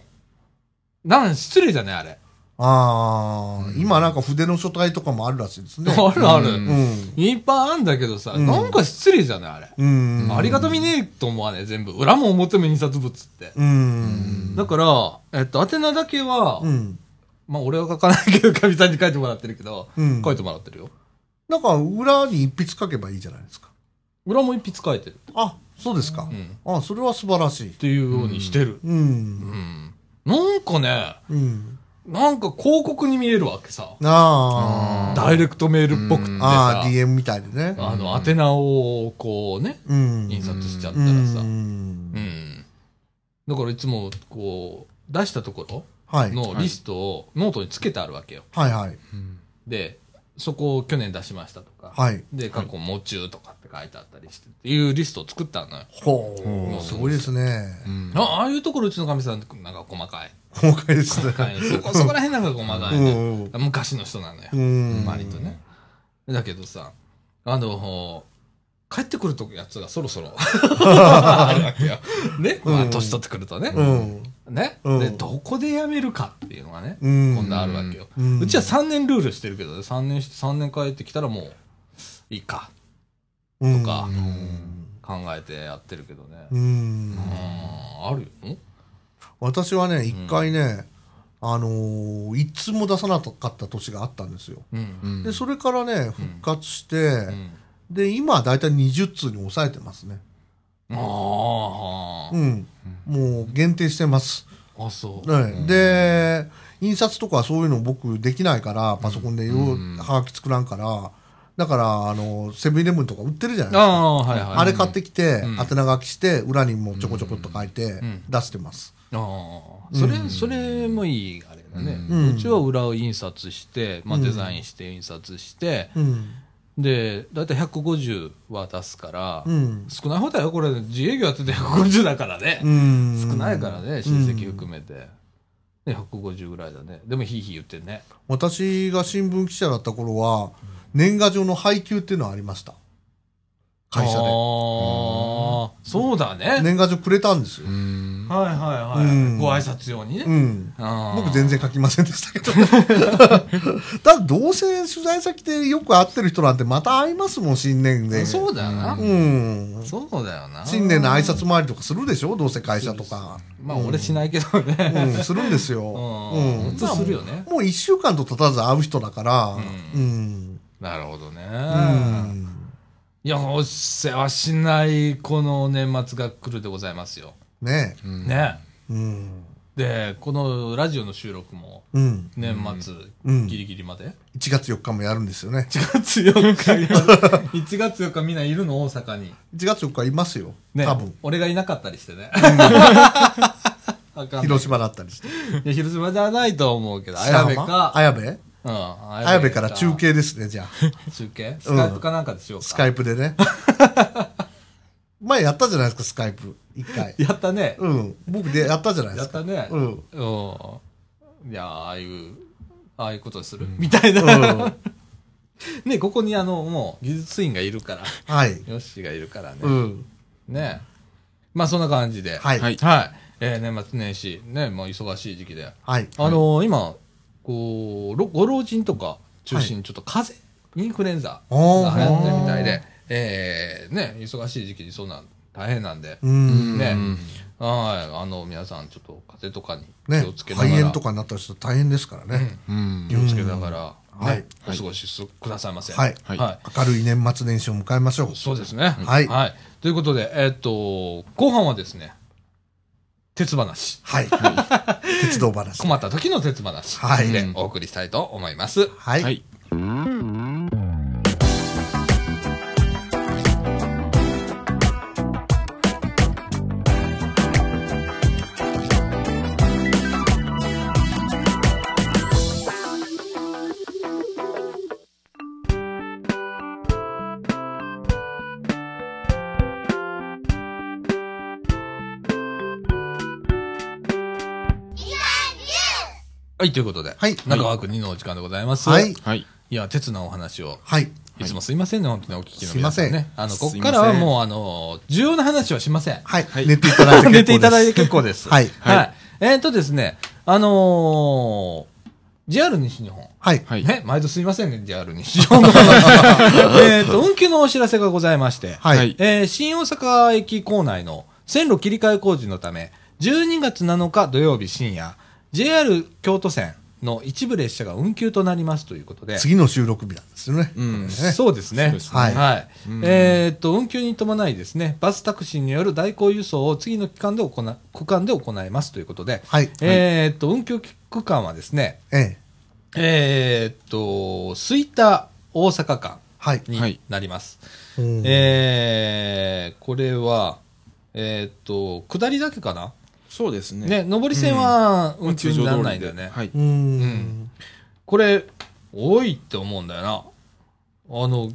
Speaker 1: なん、失礼じゃねあれ。
Speaker 2: ああ。今なんか筆の書体とかもあるらしいですね。
Speaker 1: あるある。
Speaker 3: うん
Speaker 2: うん。
Speaker 1: いっぱいあんだけどさ、
Speaker 2: うん
Speaker 1: なんか失礼じゃないあれ。
Speaker 2: うん。
Speaker 1: ありがたみねえと思わねえ、全部。裏も表も印刷物って。
Speaker 2: うん。
Speaker 1: だから、えっと、宛名だけは、
Speaker 2: うん。
Speaker 1: まあ俺は書かないけど、かみさんに書いてもらってるけど、
Speaker 2: うん
Speaker 1: 書いてもらってるよ。
Speaker 2: なんか裏に一筆書けばいいじゃないですか。
Speaker 1: 裏も一筆書いてる。
Speaker 2: あ、そうですか
Speaker 1: う。ん。っ
Speaker 2: あ、それは素晴らしい。
Speaker 1: ていうようにしてる。
Speaker 2: う。
Speaker 1: うんん。なんかね、
Speaker 2: うん。
Speaker 1: なんか広告に見えるわけさ。
Speaker 2: あ
Speaker 1: ダイレクトメールっぽくって
Speaker 3: うん
Speaker 2: あ。あ
Speaker 1: さ
Speaker 2: あ、、DM みたいでね。
Speaker 1: あの、宛名をこうね、
Speaker 2: うん。
Speaker 1: 印刷しちゃった
Speaker 2: う
Speaker 1: らさ。うん
Speaker 2: ん。
Speaker 1: だからいつも、こう、出したとこ
Speaker 2: は
Speaker 1: ろ
Speaker 2: い。
Speaker 1: のリストをノートにつけてあるわけよ。
Speaker 2: はいはい。
Speaker 3: うん
Speaker 1: で、そこを去年出しましたとか、
Speaker 2: はい。
Speaker 1: で、過去、喪中とかって書いてあったりして、っていうリストを作ったのよ。
Speaker 2: ほ
Speaker 3: ほ
Speaker 2: う。
Speaker 3: う
Speaker 2: すごいですね。
Speaker 3: うん
Speaker 1: あああいうところうちのかみさんってなんか細かい。
Speaker 2: 崩壊ですね。
Speaker 1: はい そこそこら辺なんか細か
Speaker 2: う
Speaker 1: いね。
Speaker 2: ん。
Speaker 1: 昔の人なのよ
Speaker 2: う。ん。
Speaker 1: 割とね。だけどさ、あの、帰ってくるとやつがそろそろ あるわけよ。ね、まあ、
Speaker 2: うん
Speaker 1: 年取ってくるとね。
Speaker 2: うん。
Speaker 1: ね、
Speaker 2: うん
Speaker 1: で、どこで辞めるかっていうのがね、
Speaker 2: うん。
Speaker 1: 今度あるわけよ。
Speaker 2: うん
Speaker 1: うちは3年ルールしてるけどね、3年して、3年帰ってきたらもう、いいか、
Speaker 2: と
Speaker 1: とか
Speaker 2: うん。
Speaker 1: 考えてやってるけどね。
Speaker 2: うん
Speaker 1: うーん、あるよ。
Speaker 2: 私はね、一回ね、あのー、いつも出さなかった年があったんですよ。
Speaker 1: うん。
Speaker 3: うん
Speaker 2: で、それからね、復活して、
Speaker 1: うん
Speaker 2: で、今はだいたい20通に抑えてますね。
Speaker 1: ああ、
Speaker 2: うん。もう限定してます。
Speaker 1: あ、そう。
Speaker 2: はいで、印刷とかそういうの僕できないから、パソコンでよ
Speaker 3: うん
Speaker 2: はがき作らんから、だから、あの、セブンイレブンとか売ってるじゃないです
Speaker 1: あ
Speaker 2: か。
Speaker 1: あ、はいはい。
Speaker 2: あれ買ってきて
Speaker 1: うん、
Speaker 2: 宛名書きして、裏にもちょこちょこっと書いて
Speaker 1: ん、
Speaker 2: 出してます。
Speaker 1: ああ、それ、それもいい、あれだね。う
Speaker 2: うん
Speaker 1: ちは裏を印刷して、まあ、
Speaker 2: うん
Speaker 1: デザインして印刷して、
Speaker 2: うん。
Speaker 1: で、だいたい150は出すから、
Speaker 2: うん。
Speaker 1: 少ない方だよ、これ、自営業やってて150だからね。
Speaker 2: うん。
Speaker 1: 少ないからね、親戚含めて。で、150ぐらいだね。でも、ひいひい言ってね。
Speaker 2: 私が新聞記者だった頃は、年賀状の配給っていうのはありました。会社
Speaker 1: ああ
Speaker 2: で。、
Speaker 1: そうだね。
Speaker 2: 年賀状くれたんですよ
Speaker 3: う。ん
Speaker 1: はいはいはい。
Speaker 2: うん
Speaker 1: ご挨拶用にね。
Speaker 2: うん。
Speaker 1: あー
Speaker 2: 僕全然書きませんでしたけど。 ただ、どうせ取材先でよく会ってる人なんてまた会いますもん、新年で。
Speaker 1: そうだよな。
Speaker 2: うん。
Speaker 1: そうだよな。
Speaker 2: 新年の挨拶回りとかするでしょどうせ会社とか。
Speaker 1: まあ、俺しないけど
Speaker 2: う
Speaker 1: ね。
Speaker 2: ん、するんですよ。う
Speaker 1: うん。
Speaker 2: ん。
Speaker 1: 本当するよね。
Speaker 2: もう一週間と経たず会う人だから、うん。
Speaker 1: なるほどね。
Speaker 2: うん。
Speaker 1: いや、お世話しないこの年末が来るでございますよ。
Speaker 2: ね
Speaker 3: うん
Speaker 1: ね。
Speaker 2: え。うん。
Speaker 1: で、このラジオの収録も
Speaker 2: うん。
Speaker 1: 年末
Speaker 2: うん
Speaker 1: ギリギリまで。
Speaker 2: 1月4日もやるんですよね。
Speaker 1: 1月4日や る1月4日みんないるの大阪に。
Speaker 2: 1月4日いますよ。
Speaker 1: ね。
Speaker 2: 多分。
Speaker 1: 俺がいなかったり してね。あかんない
Speaker 2: 広島だったりして。
Speaker 1: いや広島じゃないと思うけど、綾部か。
Speaker 2: 綾部
Speaker 1: うん。
Speaker 2: 綾部から中。継ですね、じゃあ。
Speaker 1: 中継スカイプかなんかでしようか。
Speaker 2: スカイプでね。 前やったじゃないですか、スカイプ。一回。
Speaker 1: やったね。
Speaker 2: うん。僕でやったじゃないで
Speaker 1: や
Speaker 2: す
Speaker 1: っ
Speaker 2: か。
Speaker 1: たね。
Speaker 2: う
Speaker 1: うん
Speaker 2: ん。
Speaker 1: いや、ああいう、ああいうことする、みたいうな。
Speaker 2: ん。
Speaker 1: ね、ここにあの、もう、技術員がいるから、
Speaker 2: はい。
Speaker 1: ヨッシーがいる からね。
Speaker 2: うん。
Speaker 1: ね。まあ、そんな感じで。
Speaker 2: はい。は。
Speaker 3: はいい
Speaker 1: はい。えー年末年始、ね、もう忙しい時期で。
Speaker 2: はい。
Speaker 1: あのー今、こうろ、ご老人とか中心にちょっと風邪、インフルエンザ
Speaker 2: お
Speaker 1: が流行ってるみたいで、えーね、忙しい時期にそんなん大変なんで、
Speaker 2: うん。
Speaker 1: ね
Speaker 3: うん
Speaker 1: はい、あの、皆さんちょっと風邪とかに
Speaker 2: ね
Speaker 1: 気をつけ。なが
Speaker 2: 肺
Speaker 1: ら、
Speaker 2: 炎とかになった人大変ですからね。
Speaker 3: うん
Speaker 1: 気をつけながら、
Speaker 2: うん
Speaker 1: ね
Speaker 2: はい
Speaker 1: お過ごしすくださいませ。
Speaker 2: はい
Speaker 1: はい。
Speaker 2: 明るい年末年始を迎えましょう。
Speaker 1: そうですね。
Speaker 2: はい
Speaker 1: ということで、えっと、後半はですね、鉄話。
Speaker 2: はい。鉄道話。
Speaker 1: 困った時の鉄話。
Speaker 2: はい
Speaker 1: で、お送りしたいと思います。
Speaker 2: は。
Speaker 3: はいい
Speaker 1: はい、ということで、
Speaker 2: はい
Speaker 1: 中川くん2のお時間でございます。
Speaker 2: はい。
Speaker 3: はい
Speaker 1: いや、鉄のお話を、
Speaker 2: はい。
Speaker 1: いつもすいませんね、本当にお聞きの皆さん
Speaker 2: すいま
Speaker 1: ね。あの、こ
Speaker 3: す
Speaker 1: こ
Speaker 3: いませ
Speaker 1: か
Speaker 3: ん
Speaker 1: らはもう、あの、重要な話はしません。
Speaker 2: は。
Speaker 3: はいい
Speaker 2: 寝ていただいて結構です。
Speaker 1: 寝ていただいて結構です。
Speaker 2: はい
Speaker 1: はい。
Speaker 3: はい
Speaker 1: えっ、とですね、あのー、JR 西日本。
Speaker 2: はい。
Speaker 3: はい
Speaker 1: ね、毎度すいませんね、JR 西日本の。えっと、運休のお知らせがございまして、
Speaker 2: は
Speaker 3: はいい。
Speaker 1: えー新大阪駅構内の線路切り替え工事のため、12月7日土曜日深夜、JR 京都線の一部列車が運休となりますということで。
Speaker 2: 次の収録日なんですよね。
Speaker 3: うん
Speaker 2: ね
Speaker 1: そうです
Speaker 3: そ
Speaker 1: ね
Speaker 3: うで。すね
Speaker 1: はい。
Speaker 3: うん
Speaker 1: えーっと、運休に伴いですね、バスタクシーによる代行輸送を次の期間で行な、区間で行いますということで、
Speaker 2: はい。
Speaker 1: えーっと、運休区間はですね、
Speaker 2: ええ。
Speaker 1: えーっと、吹田大阪間
Speaker 2: はい。
Speaker 1: になります。
Speaker 2: うん
Speaker 1: えーこれは、えーっと、下りだけかな
Speaker 3: そうですね。
Speaker 1: ね、上り線は
Speaker 3: まあ
Speaker 1: 運休にならないんだよね。
Speaker 3: はい。
Speaker 2: う
Speaker 1: うんん。これ、多いって思うんだよな。あの、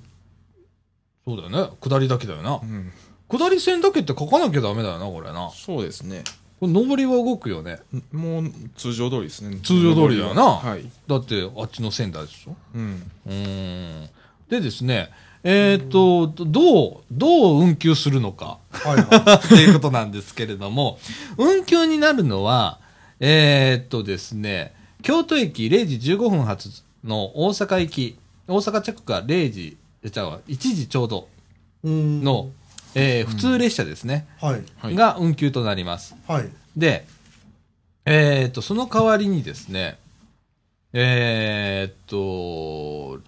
Speaker 1: そうだよね。下りだけだよな
Speaker 3: う。ん
Speaker 1: 下り線だけって書かなきゃダメだよな、これな。
Speaker 3: そうですね。
Speaker 1: これ上りは動くよね。
Speaker 3: もう通常通りですね。
Speaker 1: 通常通りだよな
Speaker 3: はい。
Speaker 1: だって、あっちの仙台でしょ
Speaker 3: うん。
Speaker 1: うーん。でですね、えっ、と、どう、どう運休するのか。
Speaker 2: はいは
Speaker 1: っていうことなんですけれども、運休になるのは、えーっとですね、京都駅0時15分発の大阪行き、大阪着が0時、えじゃあ1時ちょうど
Speaker 2: い。うん
Speaker 1: の、。えー普通列車ですね、
Speaker 2: はい。
Speaker 3: はい。
Speaker 1: が運休となります。
Speaker 2: はい。
Speaker 1: で、えーっと、その代わりにですね、えーっと、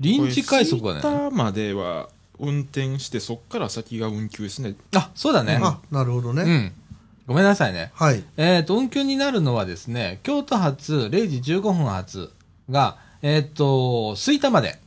Speaker 1: 臨時快速が
Speaker 3: こ
Speaker 1: ね、
Speaker 3: れ吹田までは運転して、そっから先が運休ですね。
Speaker 1: あ、そうだね。
Speaker 2: あ、なるほど
Speaker 1: う
Speaker 2: ね。
Speaker 1: ん。ごめんなさいね。
Speaker 2: はい。
Speaker 1: えー、と運休になるのはですね京都発0時15分発が、えー、と吹田まで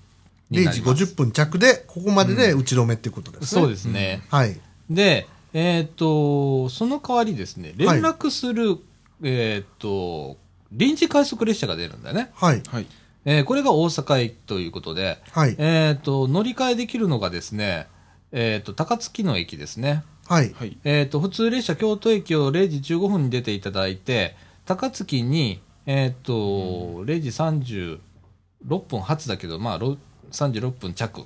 Speaker 1: に
Speaker 2: 0
Speaker 1: なり
Speaker 2: 時
Speaker 1: ます
Speaker 2: 50分着で、ここまでで打ち止めってことですね。
Speaker 1: そうですね、
Speaker 2: はい。
Speaker 1: で、えー、とその代わりですね連絡する、えー、と臨時快速列車が出るんだよね、
Speaker 2: はい。
Speaker 3: はい。
Speaker 1: えーこれが大阪駅ということで、
Speaker 2: はい。
Speaker 1: えー、と乗り換えできるのがですね、えー、と高槻の駅ですね
Speaker 2: はい。
Speaker 3: はい。
Speaker 1: えー、と普通列車京都駅を0時15分に出ていただいて高槻に、えーと0時36分発だけど、まあ、ろ36分着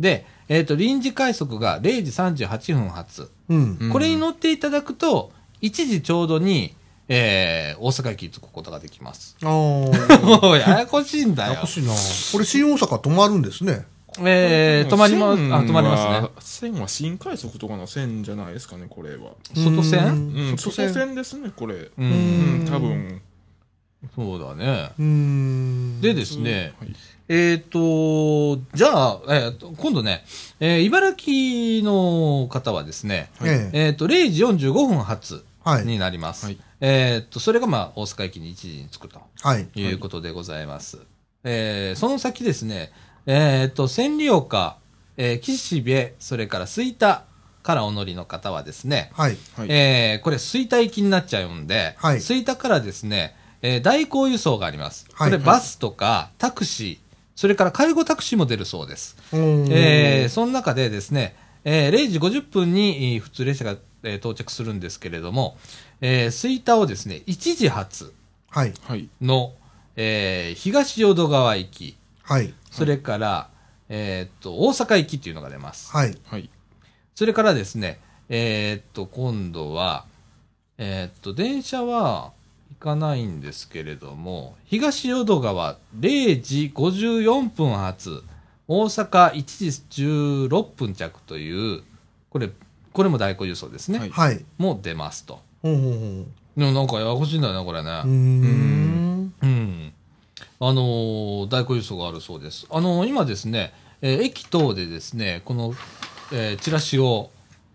Speaker 1: で、えー、と臨時快速が0時38分発、
Speaker 2: うん。
Speaker 3: うん
Speaker 1: これに乗っていただくと1時ちょうどに、えー大阪駅に着くことができます。
Speaker 2: あー。
Speaker 1: もうややこしいんだ
Speaker 2: やや
Speaker 1: よ
Speaker 2: こ。しいな。これ新大阪止まるんですね。
Speaker 1: えー、止まります。
Speaker 3: 線
Speaker 1: あ
Speaker 3: は
Speaker 1: 止まりますね。。
Speaker 3: 線は新快速とかの線じゃないですかね、これは。
Speaker 1: 外線
Speaker 3: う
Speaker 2: うん
Speaker 3: ん、外線ですね、これ。
Speaker 1: う、
Speaker 3: うんん、多分。
Speaker 1: そうだね。
Speaker 2: うん。
Speaker 1: でですね、
Speaker 3: はい。
Speaker 1: えっ、と、じゃあ、えーと今度ね、えー茨城の方はですね、
Speaker 2: ええ。
Speaker 1: えっ、と、0時45分発
Speaker 2: はい。
Speaker 1: になります。
Speaker 3: はい
Speaker 1: えっ、と、それがまあ、大阪駅に1時に着くと
Speaker 2: はい。
Speaker 1: いうことでございます。えーその先ですね、えっ、と、千里岡、えー岸辺、それから吹田からお乗りの方はですね、
Speaker 2: はい。
Speaker 3: はい。
Speaker 1: えーこれ、吹田行きになっちゃうんで、
Speaker 2: はい
Speaker 1: 吹田からですね、えー代行輸送があります。
Speaker 2: はい
Speaker 1: これ、バスとかタクシー、それから介護タクシーも出るそうです。
Speaker 2: うん
Speaker 1: えーその中でですね、えー0時50分にえー普通列車が、えー到着するんですけれども、えー、吹田をですね、1時発
Speaker 2: はい。
Speaker 3: はい。
Speaker 1: の、えー東淀川行き、
Speaker 2: はい。
Speaker 1: それから、えーっと、大阪行きっていうのが出ます。
Speaker 2: はい。
Speaker 3: はい。
Speaker 1: それからですね、えーっと、今度は、えーっと、電車は行かないんですけれども、東淀川0時54分発、大阪1時16分着という、これ、これも代行輸送ですね。
Speaker 3: はい
Speaker 2: はい。
Speaker 1: もう出ますと。
Speaker 2: ほうほうほ
Speaker 1: でもなんかややこしいんだよね、これ
Speaker 2: う。うー
Speaker 1: ね。
Speaker 2: ん。
Speaker 1: うん。あのー代行輸送があるそうです。あのー今ですね、えー駅等でですね、この、えーチラシを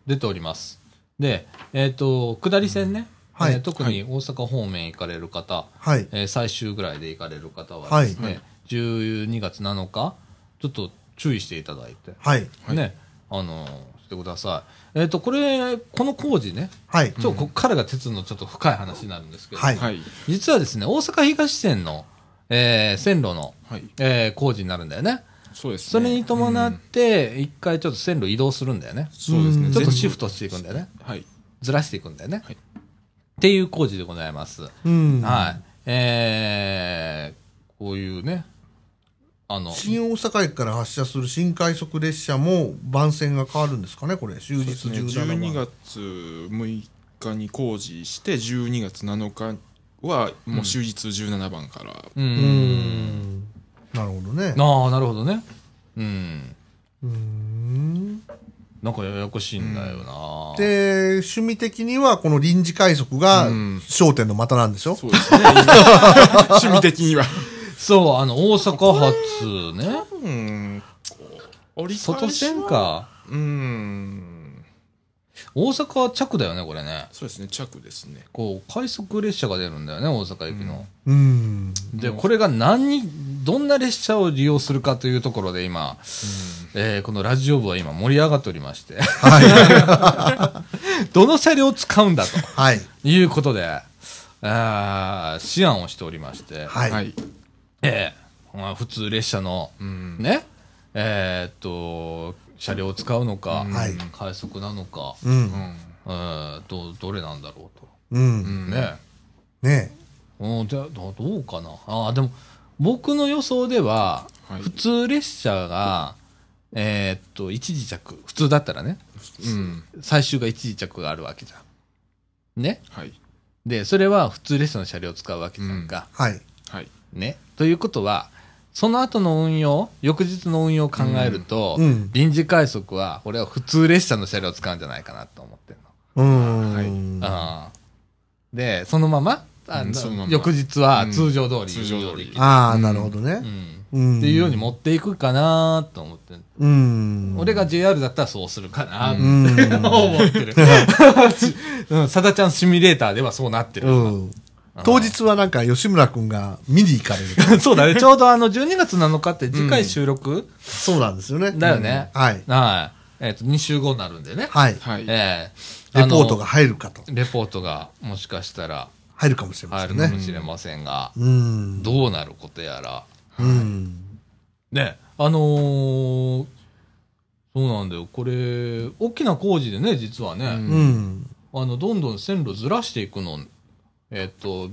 Speaker 1: 出ております。で、えっ、と、下り線ね、
Speaker 2: うんはい
Speaker 1: えー特に大阪方面行かれる方、
Speaker 2: はい。
Speaker 1: えー最終ぐらいで行かれる方はですね、
Speaker 3: はいはい
Speaker 1: 12月7日、ちょっと注意していただいて、
Speaker 2: はい。
Speaker 3: はい
Speaker 1: ね、あのーしてください。えっ、と、これ、この工事ね、
Speaker 2: はい。
Speaker 1: ちょっとこっからが鉄のちょっと深い話になるんですけど、
Speaker 2: はい
Speaker 3: はい。
Speaker 1: 実はですね、大阪東線の、えー線路の、
Speaker 3: はい。
Speaker 1: えー工事になるんだよね。
Speaker 3: そうですね。
Speaker 1: それに伴
Speaker 3: う
Speaker 1: っ
Speaker 3: ん
Speaker 1: て、一回ちょっと線路移動するんだよね。
Speaker 3: そうです
Speaker 2: う
Speaker 3: ね。
Speaker 2: ん
Speaker 1: ちょっと
Speaker 3: 全部
Speaker 1: シフトしていくんだよね。
Speaker 3: はい。
Speaker 1: ずらしていくんだよね。
Speaker 3: はい
Speaker 1: っていう工事でございます。
Speaker 2: うん。
Speaker 1: はい。えー、こういうね、あの、
Speaker 2: 新大阪駅から発車する新快速列車も番線が変わるんですかね、これ、終
Speaker 3: そうです
Speaker 2: 日
Speaker 3: ね
Speaker 2: 17
Speaker 3: 12
Speaker 2: 番。
Speaker 3: 月6日に工事して、12月7日はもう終日17番から。
Speaker 1: う
Speaker 2: うー
Speaker 1: ん。
Speaker 2: んなるほどね。
Speaker 1: ああ、なるほどね。うん。
Speaker 2: うーん
Speaker 1: なんかややこしいんだよな、
Speaker 2: で、趣味的にはこの臨時快速が
Speaker 3: うん
Speaker 2: 焦点の股なんでしょ、
Speaker 3: そうです ね。趣味的には。
Speaker 1: そう、あの、大阪発ね。
Speaker 3: うん。折り返しは
Speaker 1: 外線。か。
Speaker 3: うん。
Speaker 1: 大阪は着だよね、これね。
Speaker 3: そうですね、着ですね。
Speaker 1: こう、快速列車が出るんだよね、大阪行きの。
Speaker 2: うん。
Speaker 1: で、これが何に、どんな列車を利用するかというところで今、えーこのラジオ部は今盛り上がっておりまして、 どの車両を使うんだと
Speaker 2: はい。
Speaker 1: いうことで、あー思案をしておりまして、
Speaker 2: はい。
Speaker 3: はい。
Speaker 1: えーまあ普通列車の、
Speaker 3: うん。
Speaker 1: ね、えーっと、車両を使うのか、
Speaker 2: はい
Speaker 1: 快速なのか、
Speaker 2: う。
Speaker 3: うんん。
Speaker 1: えーど、どれなんだろうと。
Speaker 2: う。
Speaker 3: うんん。
Speaker 1: ね。
Speaker 2: ね
Speaker 1: うん、じゃあどどうかな。あーでも、僕の予想では、
Speaker 3: はい
Speaker 1: 普通列車が、えーっと、一時着、普通だったらね、
Speaker 3: うん。
Speaker 1: 最終が一時着があるわけじゃん。ね。
Speaker 3: はい。
Speaker 1: で、それは普通列車の車両を使うわけじゃんか。
Speaker 2: はい。
Speaker 3: はい。
Speaker 1: ね。ということは、その後の運用、翌日の運用を考えると、
Speaker 2: うんうん
Speaker 1: 臨時快速は、俺は普通列車の車両を使うんじゃないかなと思ってるの。
Speaker 2: うん。
Speaker 3: はい
Speaker 1: あーで、そのまま、あ
Speaker 3: うんそのまま
Speaker 1: 翌日は通常通り、
Speaker 3: うん通常通り
Speaker 2: ああ、なるほど
Speaker 1: う
Speaker 2: ね。
Speaker 1: ん
Speaker 2: うん。
Speaker 1: っていうように持っていくかなと思って、
Speaker 2: うん。
Speaker 1: 俺が JR だったらそうするかな
Speaker 2: う
Speaker 1: と
Speaker 2: ん。
Speaker 1: 思ってる。うん、さだちゃんシミュレーターではそうなってる。
Speaker 2: うん。当日はなんか吉村くんが見に行かれる。
Speaker 1: そうだね、ちょうどあの12月7日って次回収録、
Speaker 2: そうなんですよね。
Speaker 1: だよね
Speaker 2: うんはい。
Speaker 1: はい。えっ、と、2週後になるんでね。
Speaker 2: はい。
Speaker 3: はい。
Speaker 1: ええ
Speaker 2: レポート。が
Speaker 1: あ
Speaker 2: 入るかと。
Speaker 1: のレポートがもしかしたら
Speaker 2: 入るかもしれま
Speaker 1: 入
Speaker 2: せ
Speaker 1: る
Speaker 2: ん
Speaker 1: かも
Speaker 2: ね。
Speaker 1: しれませんが、
Speaker 2: うん。
Speaker 1: どうなることやら。
Speaker 2: うん。
Speaker 1: ね、あのーそうなんだよ。これ、大きな工事でね、実はね、
Speaker 3: う
Speaker 2: うんん。
Speaker 1: あの、どんどん線路ずらしていくの。えっ、と、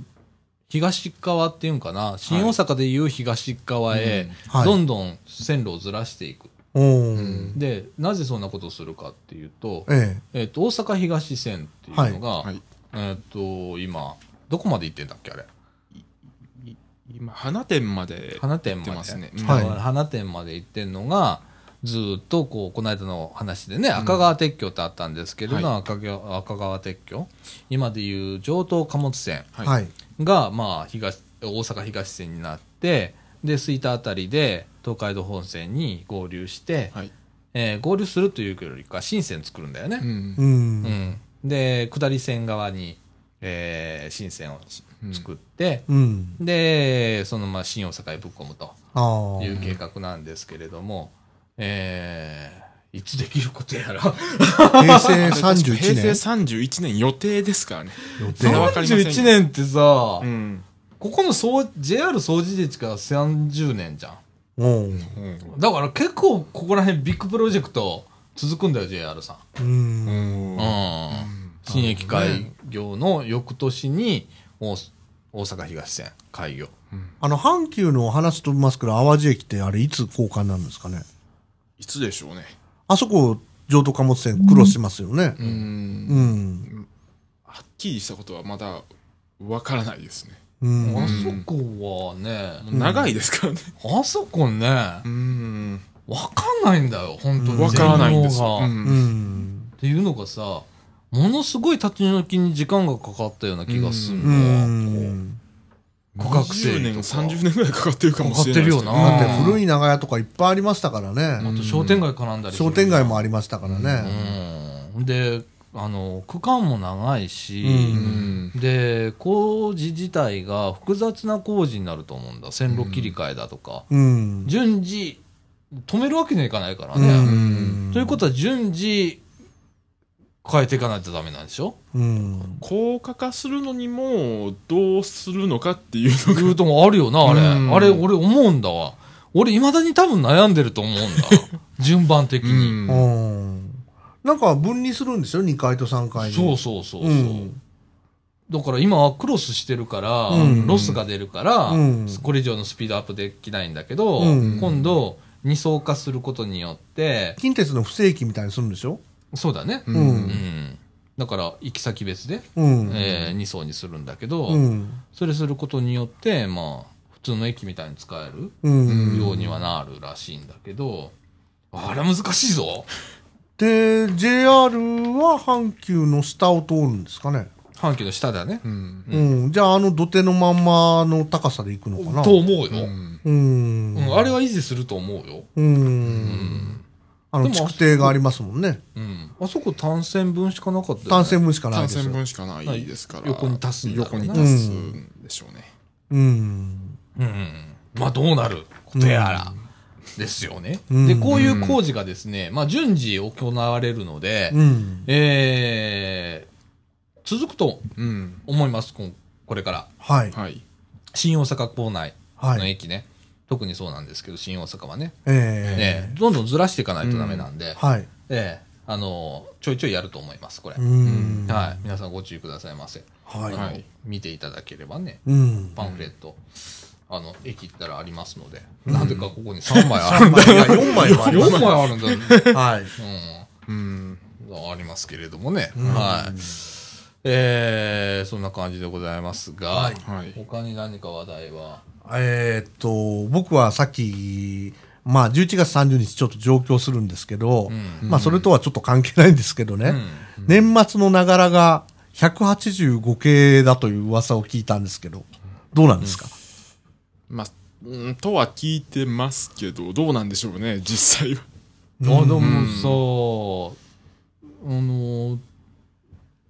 Speaker 1: 東側っていうんかな。新大阪でいう東側へ、
Speaker 2: はい
Speaker 1: どんどん線路をずらしていく。
Speaker 2: おー
Speaker 3: ん
Speaker 1: で、なぜそんなことをするかっていうと、
Speaker 2: え
Speaker 1: えっ、と、大阪東線っていうのが、
Speaker 3: はい。
Speaker 1: えっ、と、今、どこまで行ってんだっけ、あれ。
Speaker 3: 今、花店まで。
Speaker 1: 花店まで。
Speaker 3: 行ってますね
Speaker 1: はい
Speaker 2: は
Speaker 1: 花店まで行ってんのが、ずーっと、こう、この間の話でね、赤川鉄橋ってあったんですけれども、
Speaker 3: は
Speaker 1: 赤川赤川鉄橋、今でいう上東貨物線。
Speaker 2: え。
Speaker 3: は。
Speaker 2: はいい。
Speaker 1: が、まあ、東、大阪東線になって、で、吹田あたりで東海道本線に合流して、
Speaker 3: はい。
Speaker 1: えー合流するというよりか、新線作るんだよ
Speaker 3: う。
Speaker 1: ね。
Speaker 2: うん。
Speaker 1: うんで、下り線側に、えー新線を
Speaker 3: うん
Speaker 1: 作って、
Speaker 2: うん。
Speaker 1: で、そのまま新大阪へぶっ込むと
Speaker 2: ああ。
Speaker 1: いう計画なんですけれども、えーいつできることやら。
Speaker 2: 平成
Speaker 3: 平成
Speaker 2: 31年。
Speaker 3: 31年予定 ですからね。
Speaker 2: 予
Speaker 3: その
Speaker 2: 定。
Speaker 3: わかりませんよ
Speaker 1: 31年ってさ、
Speaker 3: うん。
Speaker 1: ここの総 JR 総除ditchから30年じゃん。
Speaker 2: うん。
Speaker 1: だから結構ここら辺ビッグプロジェクト続くんだよ JR さん、
Speaker 2: うん。
Speaker 3: う
Speaker 1: う
Speaker 3: ん
Speaker 1: ん新駅開業の翌年に大大阪東線開業
Speaker 2: あの、阪急のお話飛びますけど、淡路駅ってあれいつ交換なんですかね
Speaker 3: いつでしょうね。
Speaker 2: あそこ、上都貨物線クロスしますよね
Speaker 3: う。ん
Speaker 2: う。ん。
Speaker 3: はっきりしたことはまだわからないですね。
Speaker 2: うん。
Speaker 1: あそこはね、
Speaker 3: 長いですからね。
Speaker 1: あそこね
Speaker 3: うん。
Speaker 1: わかんないんだよ本当に
Speaker 3: わからないんです
Speaker 1: 全容
Speaker 3: よ。
Speaker 1: が
Speaker 3: う
Speaker 1: っ
Speaker 2: うんん。
Speaker 1: ていうのがさものすごい立ち退きに時間がかかったような気がする
Speaker 2: う
Speaker 1: の
Speaker 2: ん。
Speaker 1: こう学生
Speaker 3: 20年、30年ぐらいかかってるかもしれないですけ
Speaker 1: かか
Speaker 3: ど
Speaker 2: だ
Speaker 1: って
Speaker 2: って
Speaker 1: るよな
Speaker 2: 古い長屋とかいっぱいありましたから
Speaker 1: あ
Speaker 2: ね。
Speaker 1: と商店街絡んだりする
Speaker 2: 商店街もありましたからね。
Speaker 1: うんであの区間も長いし、
Speaker 2: うん
Speaker 3: うん
Speaker 1: で工事自体が複雑な工事になると思うんだ線路切り替えだとか、
Speaker 2: うん。
Speaker 1: 順次止めるわけにはいかないから
Speaker 2: う
Speaker 1: ね、
Speaker 2: ん
Speaker 1: ということは順次変えていかないとダメなんでしょ
Speaker 2: うん。
Speaker 3: 高架化するのにもどうするのかっていうのが
Speaker 1: いうともあるよなあれ、
Speaker 3: うん
Speaker 1: あれ俺思うんだわ俺いまだに多分悩んでると思うんだ 順番的に、
Speaker 2: うん。なんか分離するんですよ、2階と3階に。
Speaker 1: そうそうそうそう、
Speaker 2: うん
Speaker 1: だから今はクロスしてるから、
Speaker 2: うん
Speaker 1: ロスが出るから、
Speaker 2: うん
Speaker 1: これ以上のスピードアップできないんだけど、
Speaker 2: うん
Speaker 1: 今度二層化することによって
Speaker 2: 近鉄の不正規みたいにするんでしょ
Speaker 1: そうだね、
Speaker 3: う
Speaker 2: うん
Speaker 1: うん
Speaker 3: ん
Speaker 1: だから行き先別で、
Speaker 2: うん。
Speaker 1: え2層にするんだけど、
Speaker 2: うん。
Speaker 1: それすることによってまあ普通の駅みたいに使える
Speaker 2: うん。
Speaker 1: ようにはなるらしいんだけど、あれ難しいぞ
Speaker 2: で、JR は阪急の下を通るんですかね。
Speaker 1: 阪急の下だね。
Speaker 3: うん。
Speaker 1: う
Speaker 2: うん。じゃあ、あの土手のまんまの高さで行くのかな。
Speaker 1: と思うよ、
Speaker 3: うん。
Speaker 2: うん。
Speaker 1: うんあれは維持すると思うよ。
Speaker 2: う。
Speaker 1: うんん。
Speaker 2: あの、
Speaker 1: でも
Speaker 2: 築堤がありますもんね。
Speaker 1: うん。あそこ単線分しかなかったよね
Speaker 2: 単線分しかない
Speaker 3: 単
Speaker 2: です
Speaker 3: 線
Speaker 2: よ。
Speaker 3: 分しかないですから。
Speaker 1: 横に足すんだろ
Speaker 3: 横
Speaker 1: うな
Speaker 3: に足すんでしょうね。
Speaker 2: うん。
Speaker 1: うん。まあどうなることやら。ですよね、
Speaker 2: うん
Speaker 1: で、こういう工事がですね、まあ順次行われるので、
Speaker 2: うん。
Speaker 1: えー、続くと
Speaker 3: うん。
Speaker 1: 思います、こんこれから。
Speaker 2: はい。
Speaker 3: はい。
Speaker 1: 新大阪構内
Speaker 2: は
Speaker 1: の
Speaker 2: い。
Speaker 1: 駅ね。特にそうなんですけど、新大阪はね。
Speaker 2: え
Speaker 1: ええどんどんずらしていかないとダメなんで、
Speaker 2: え。はい。
Speaker 1: ええあのちょいちょいやると思います、これ。
Speaker 2: うん。
Speaker 1: はい。皆さんご注意くださいませ。
Speaker 2: はい。
Speaker 1: あの
Speaker 3: はい
Speaker 1: 見ていただければね、
Speaker 2: うん。
Speaker 1: パンフレット、あの、駅行ったらありますので、なぜかここに3枚あるんだ。
Speaker 2: 4枚はありま
Speaker 1: 4
Speaker 2: す
Speaker 1: 枚あるんだ。う
Speaker 2: はい。
Speaker 3: うん。
Speaker 1: ん。ありますけれどもね。
Speaker 2: うん
Speaker 1: はい。えー、そんな感じでございますが、
Speaker 2: はい
Speaker 3: はい。
Speaker 1: 他に何か話題は、
Speaker 2: えーっと、僕はさっき、まあ、11月30日ちょっと上京するんですけど、
Speaker 1: うん
Speaker 2: まあ、それとはちょっと関係ないんですけどね、年末のながらが185系だという噂を聞いたんですけど、どうなんですか、
Speaker 3: まあ、うんとは聞いてますけど、どうなんでしょうね、実際は。
Speaker 1: うん、あでもさ、あの、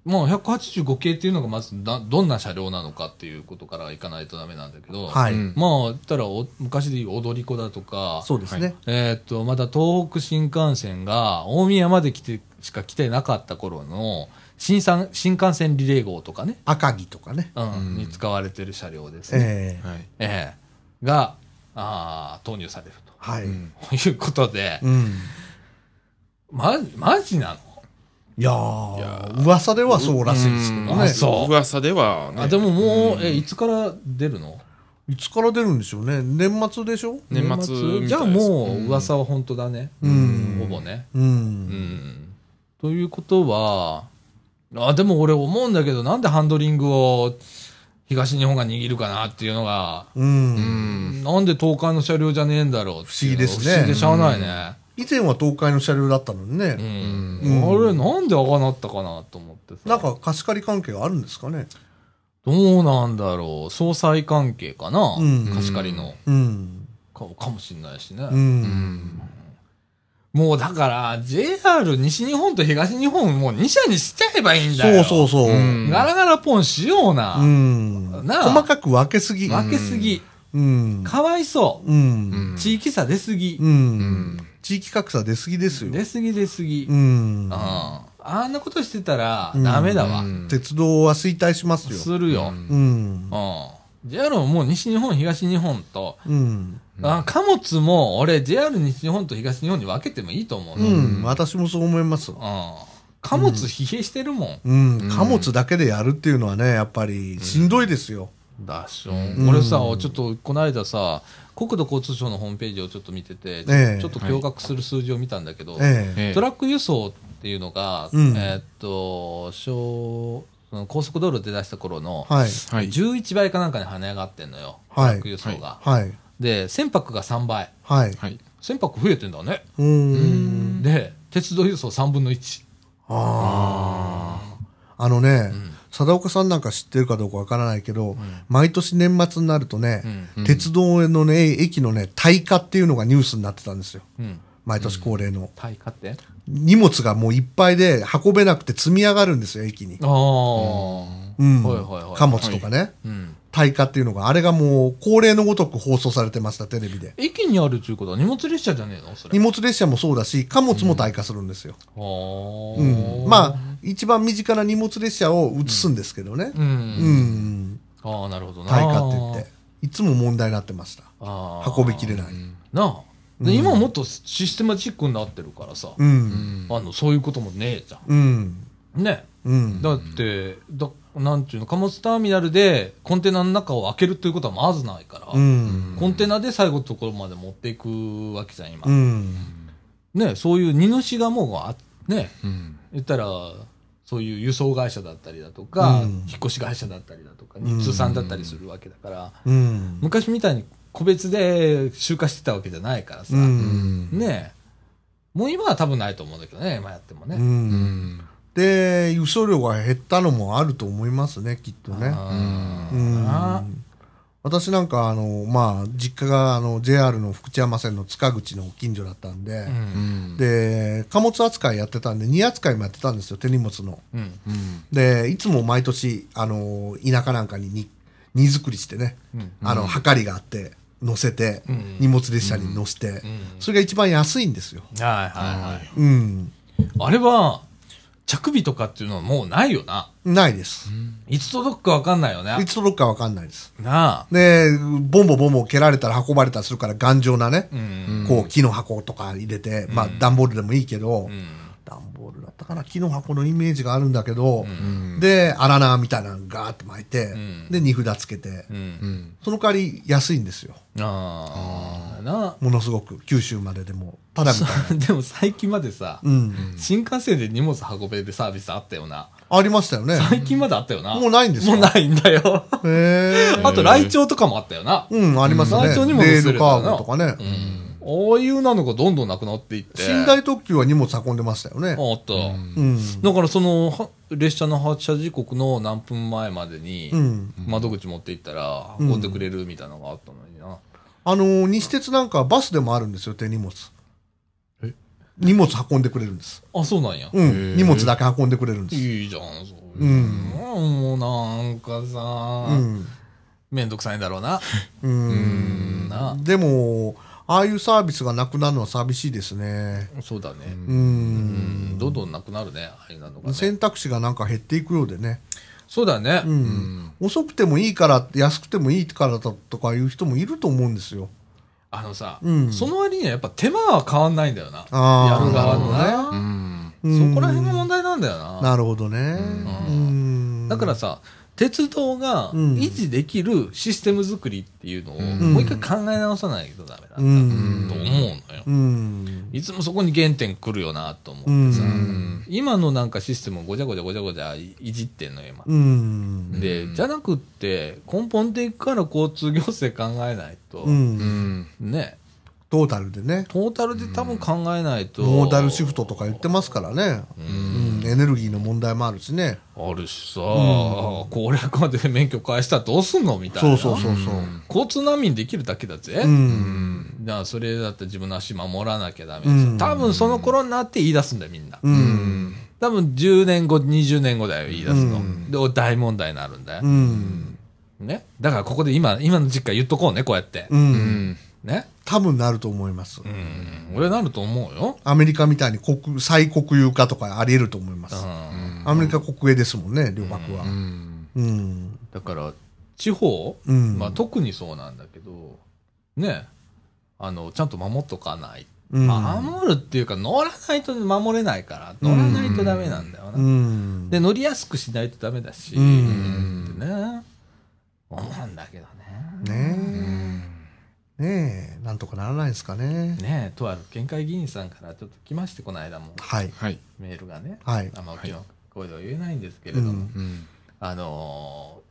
Speaker 1: まあ、185系っていうのがまずだどんな車両なのかっていうことからいかないとダメなんだけど、
Speaker 2: はい、
Speaker 3: うん
Speaker 1: まあ、言ったらお昔で言う踊り子だとか、
Speaker 2: そうですね。
Speaker 1: えーっと、まだ東北新幹線が大宮まで来て、しか来てなかった頃の新山新幹線リレー号とかね、
Speaker 2: 赤城とかね。
Speaker 1: うん
Speaker 3: うん
Speaker 1: に使われてる車両ですね。
Speaker 2: ええ
Speaker 3: はい。
Speaker 1: ええが、あー投入される
Speaker 2: はい、う。
Speaker 3: うんん
Speaker 1: ということで、ま、マジなの
Speaker 2: いやー噂ではそうらしいですけど
Speaker 1: うんあ
Speaker 2: ね。
Speaker 1: そう
Speaker 3: 噂ではね
Speaker 1: あ、でももう、え、いつから出るの
Speaker 2: いつから出るんでしょうね。年末でしょ
Speaker 3: 年末み
Speaker 1: じ
Speaker 3: た
Speaker 1: ゃあ
Speaker 3: いです
Speaker 1: もう噂は本当だね。
Speaker 2: うん
Speaker 1: ほぼね。
Speaker 2: う。
Speaker 1: うんんということは、あ、でも俺思うんだけど、なんでハンドリングを東日本が握るかなっていうのが、
Speaker 2: うん。
Speaker 3: うん
Speaker 1: なんで東海の車両じゃねえんだろうっていうのが
Speaker 2: 不思議ですね
Speaker 1: 不思議でしゃあないね。
Speaker 2: 以前は東海の車両だったのにね。
Speaker 1: うん。
Speaker 2: うん
Speaker 1: あれ、なんで赤なったかなと思ってさ。
Speaker 2: なんか貸し借り関係があるんですかね。
Speaker 1: どうなんだろう。総裁関係かな、
Speaker 2: うん
Speaker 1: 貸し借りの。
Speaker 2: うん。
Speaker 1: かかもしんないしね。
Speaker 2: うん。
Speaker 1: もうだから、JR 西日本と東日本、もう2社にしちゃえばいいんだ
Speaker 2: そう
Speaker 1: よ。
Speaker 2: そうそう。うん。
Speaker 1: ガラガラポンしような。なあ
Speaker 2: 細かく分けすぎ。
Speaker 1: 分けすぎ。
Speaker 2: うん。
Speaker 1: かわいそうう。
Speaker 2: ん。
Speaker 1: 地域差出すぎ
Speaker 2: う。。
Speaker 3: うんん
Speaker 2: 地域格差出すぎですよ。
Speaker 1: 出すぎ出すぎ。う。
Speaker 2: うんん。
Speaker 1: あんなことしてたら、ダメだわ。
Speaker 3: うん
Speaker 2: 鉄道は衰退しますよ。
Speaker 1: するよ。
Speaker 3: ん
Speaker 2: うん
Speaker 1: う。ん。JR ももう西日本、東日本と、
Speaker 2: うん。
Speaker 1: あ貨物も俺 JR 西日本と東日本に分けてもいいと思う
Speaker 2: う
Speaker 1: の。うん。
Speaker 2: ん。私もそう思います。
Speaker 1: 貨物疲弊してるもん。
Speaker 2: うん。貨物だけでやるっていうのはね、やっぱりしんどいですよ。
Speaker 1: だっしょ、
Speaker 3: うん
Speaker 1: 俺さちょっとこの間さ国土交通省のホームページをちょっと見てて、
Speaker 2: ええ
Speaker 1: ちょっと驚愕する数字を見たんだけど、
Speaker 2: ええ。
Speaker 3: ええ
Speaker 1: トラック輸送っていうのが、
Speaker 2: うん
Speaker 1: えーっと小その高速道路で出した頃の
Speaker 2: はい。
Speaker 3: はい。
Speaker 1: 11倍かなんかに跳ね上がってんのよ、ト
Speaker 2: はい
Speaker 1: ラック輸送が、
Speaker 2: はい。
Speaker 1: で船舶が3倍
Speaker 2: はい。
Speaker 3: はい。
Speaker 1: 船舶増えてんだね、
Speaker 2: うーん。
Speaker 1: で鉄道輸送3分の1
Speaker 2: ああ。あのね、貞岡さんなんか知ってるかどうかわからないけど、毎年年末になるとね、
Speaker 3: うん
Speaker 2: 鉄道のね、駅のね、耐火っていうのがニュースになってたんですよ。
Speaker 1: うん
Speaker 2: 毎年恒例の。
Speaker 1: 対価って
Speaker 2: 荷物がもういっぱいで運べなくて積み上がるんですよ、駅に
Speaker 1: あ。あ、
Speaker 2: うん。
Speaker 1: はいはいはい
Speaker 2: 貨物とかね。
Speaker 1: うん、
Speaker 2: 耐火っていうのが、あれがもう恒例のごとく放送されてました、テレビで。
Speaker 1: 駅にあるっていうことは荷物列車じゃねえのそれ
Speaker 2: 荷物列車もそうだし、貨物も耐火するんですよ。うんまあ、一番身近な荷物列車を移すんですけどね
Speaker 1: う。。
Speaker 2: うんん。
Speaker 1: ああ、なるほどな。
Speaker 2: 耐火って言って。いつも問題になってました。
Speaker 1: ああ。
Speaker 2: 運びきれない。
Speaker 1: なあ。で、今もっとシステマチックになってるからさ。
Speaker 2: うん。
Speaker 1: あの、そういうこともねえじゃ
Speaker 2: うん。
Speaker 1: ん。ね。
Speaker 2: うん。
Speaker 1: だって、だなんていうの、貨物ターミナルでコンテナの中を開けるということはまずないから。
Speaker 2: うん。
Speaker 1: コンテナで最後のところまで持っていくわけじゃん、今。
Speaker 2: うん。
Speaker 1: ね、そういう荷主がもうあ、ね、
Speaker 3: うん
Speaker 1: 言ったら、そういう輸送会社だったりだとか、
Speaker 2: うん
Speaker 1: 引っ越し会社だったりだとか、日通さんだったりするわけだから、
Speaker 2: うん。
Speaker 1: 昔みたいに個別で集荷してたわけじゃないからさ、
Speaker 2: うん。
Speaker 1: ねえもう今は多分ないと思うんだけどね、今やっても
Speaker 2: う。
Speaker 1: ね。
Speaker 3: うんん。
Speaker 2: で、輸送量が減ったのもあると思いますね、きっとね。
Speaker 1: あー
Speaker 2: う
Speaker 1: あ
Speaker 2: ん私なんか、あの、まあ、実家が、あの、JR の福知山線の塚口の近所だったんで
Speaker 1: ーう、
Speaker 3: うんん。
Speaker 2: で、貨物扱いやってたんで、荷扱いもやってたんですよ、手荷物の。
Speaker 1: うん
Speaker 3: うん。
Speaker 2: で、いつも毎年、あの、田舎なんかに荷荷造りしてね、
Speaker 1: うん
Speaker 2: あの、はかりがあって、乗せて、
Speaker 1: ん
Speaker 2: 荷物列車に乗せて
Speaker 1: うん、
Speaker 2: それが一番安いんですよ。
Speaker 1: はいはいはい。
Speaker 2: うん。
Speaker 1: あれは、着備とかっていうのはもうないよな。
Speaker 2: ないです。
Speaker 1: いつ届くかわかんないよね
Speaker 2: い。つ届くかわかんないです。
Speaker 1: なあ。
Speaker 2: で、ボンボボンボン蹴られたら運ばれたりするから頑丈なね、
Speaker 1: うん。
Speaker 2: こう木の箱とか入れて、まあ段ボールでもいいけ
Speaker 1: う、
Speaker 2: ど
Speaker 1: ん。
Speaker 2: 段ボールだったかな、木の箱のイメージがあるんだけど、
Speaker 3: うん。
Speaker 2: で、荒縄みたいなのガーって巻いて、
Speaker 1: ん
Speaker 2: で、荷札つけて、
Speaker 1: うん
Speaker 3: うん。
Speaker 2: その代わり安いんですよ。
Speaker 1: ああ。 な
Speaker 2: ものすごく、九州まででも、ただみたいな。
Speaker 1: あ。でも最近までさ、
Speaker 2: うん。
Speaker 1: 新幹線で荷物運べるサービスあったよな。
Speaker 2: ありましたよね。
Speaker 1: 最近まであったよな。
Speaker 2: もうないんですか
Speaker 1: もうないんだ よ。
Speaker 2: へえ。
Speaker 1: あと、来庁とかもあったよな。
Speaker 2: うん、ありますね。
Speaker 1: ライチョウにも乗
Speaker 2: レ
Speaker 1: せ
Speaker 2: ー
Speaker 1: る
Speaker 2: ル
Speaker 1: から
Speaker 2: カ
Speaker 1: な
Speaker 2: ーゴとかね。
Speaker 1: うん。ああいうなのがどんどんなくなっていって。
Speaker 2: 寝台特急は荷物運んでましたよね。
Speaker 1: あった。
Speaker 2: うん。
Speaker 1: だからそのは列車の発車時刻の何分前までに
Speaker 2: うん
Speaker 1: 窓口持って行ったら運んでくれるみたいなのがあったのにな、
Speaker 2: あのー、西鉄なんかはバスでもあるんですよ、手荷物。
Speaker 3: え
Speaker 2: 荷物運んでくれるんです。
Speaker 1: あそうなんや、
Speaker 2: う
Speaker 3: へ
Speaker 2: ん。
Speaker 3: ー
Speaker 2: 荷物だけ運んでくれるんです。
Speaker 1: いいじゃんそういうの、もうなんか
Speaker 2: う
Speaker 1: さ、
Speaker 2: ん。
Speaker 1: めんどくさいんだろうな
Speaker 2: うん。
Speaker 1: な
Speaker 2: でも、ああいうサービスがなくなるのは寂しいですね。
Speaker 1: そうだね
Speaker 2: う。
Speaker 1: うんんどんどんなくなるねあれなのがね
Speaker 2: 選択肢がなんか減っていくようでね。
Speaker 1: そうだね、
Speaker 2: うん。遅くてもいいからって、安くてもいいからだとかいう人もいると思うんですよ。
Speaker 1: あのさ、
Speaker 2: うん
Speaker 1: その割にはやっぱ手間は変わんないんだよな
Speaker 2: あー
Speaker 1: やる側のね
Speaker 2: なる
Speaker 3: う、ん。
Speaker 2: うん
Speaker 1: そこら辺が問題なんだよな
Speaker 2: なるほどね。
Speaker 1: う
Speaker 2: うん。
Speaker 1: だからさ、鉄道が
Speaker 2: うん
Speaker 1: 維持できるシステム作りっていうのを、
Speaker 3: ん
Speaker 1: もう一回考え直さないとダメだ
Speaker 2: う
Speaker 1: な、
Speaker 2: ん。
Speaker 1: と思うのよ。
Speaker 2: うん。
Speaker 1: いつもそこに原点来るよなと思
Speaker 2: う
Speaker 1: う。
Speaker 2: ん。
Speaker 1: 今のなんかシステムをごちゃごちゃごちゃごちゃいいじってんのよ、今。
Speaker 2: うん。
Speaker 1: で、じゃなくって、根本的から交通行政考えないと、
Speaker 2: うん
Speaker 3: うん。
Speaker 1: ね、
Speaker 2: トータルでね。
Speaker 1: トータルで多分考えないと。
Speaker 2: モーダルシフトとか言ってますからね。うん。エネルギーの問題もあるしね。
Speaker 1: あるしさ、攻略まで免許返したらどうすんのみたい
Speaker 2: そ
Speaker 1: な。
Speaker 2: うそうそうそう。
Speaker 1: 交通難民できるだけだぜ。
Speaker 2: うん。
Speaker 1: だからそれだって自分の足守らなきゃダメ
Speaker 2: う
Speaker 1: で
Speaker 2: ん
Speaker 1: す。多分その頃になって言い出すんだよ、みんな。
Speaker 2: うん。
Speaker 1: 多分10年後、20年後だよ、言い出す
Speaker 2: う
Speaker 1: の。で、大問題になるんだよ
Speaker 2: う。ん。
Speaker 1: ね。だからここで今、今の実家言っとこうね、こうやって
Speaker 2: う。。
Speaker 3: うんん。
Speaker 1: ね。
Speaker 2: 多分なると思います。
Speaker 1: うん。俺なると思うよ。
Speaker 2: アメリカみたいに国、再国有化とかあり得ると思いま
Speaker 1: う
Speaker 2: す。
Speaker 1: ん。
Speaker 2: アメリカ国営ですもんね、両国
Speaker 3: う
Speaker 2: は。
Speaker 3: ん。
Speaker 2: うん。
Speaker 1: だから、地方、
Speaker 2: うん
Speaker 1: まあ特にそうなんだけど、ね。あの、ちゃんと守っとかない。
Speaker 2: うん
Speaker 1: 守るっていうか、乗らないと守れないから、乗らないとダメなんだよ
Speaker 2: う
Speaker 1: な。
Speaker 2: ん。
Speaker 1: で乗りやすくしないとダメだし、
Speaker 2: う
Speaker 1: ってね思うんだけどね。
Speaker 2: ねえ。ねえ。なんとかならないですかね。
Speaker 1: ねえとある県会議員さんからちょっと来ましてこの間も
Speaker 2: はい。
Speaker 3: はい。
Speaker 1: メールがね、
Speaker 2: はい。
Speaker 1: あんま大きな声では言えないんですけれども、
Speaker 2: うん
Speaker 3: うん。
Speaker 1: あのー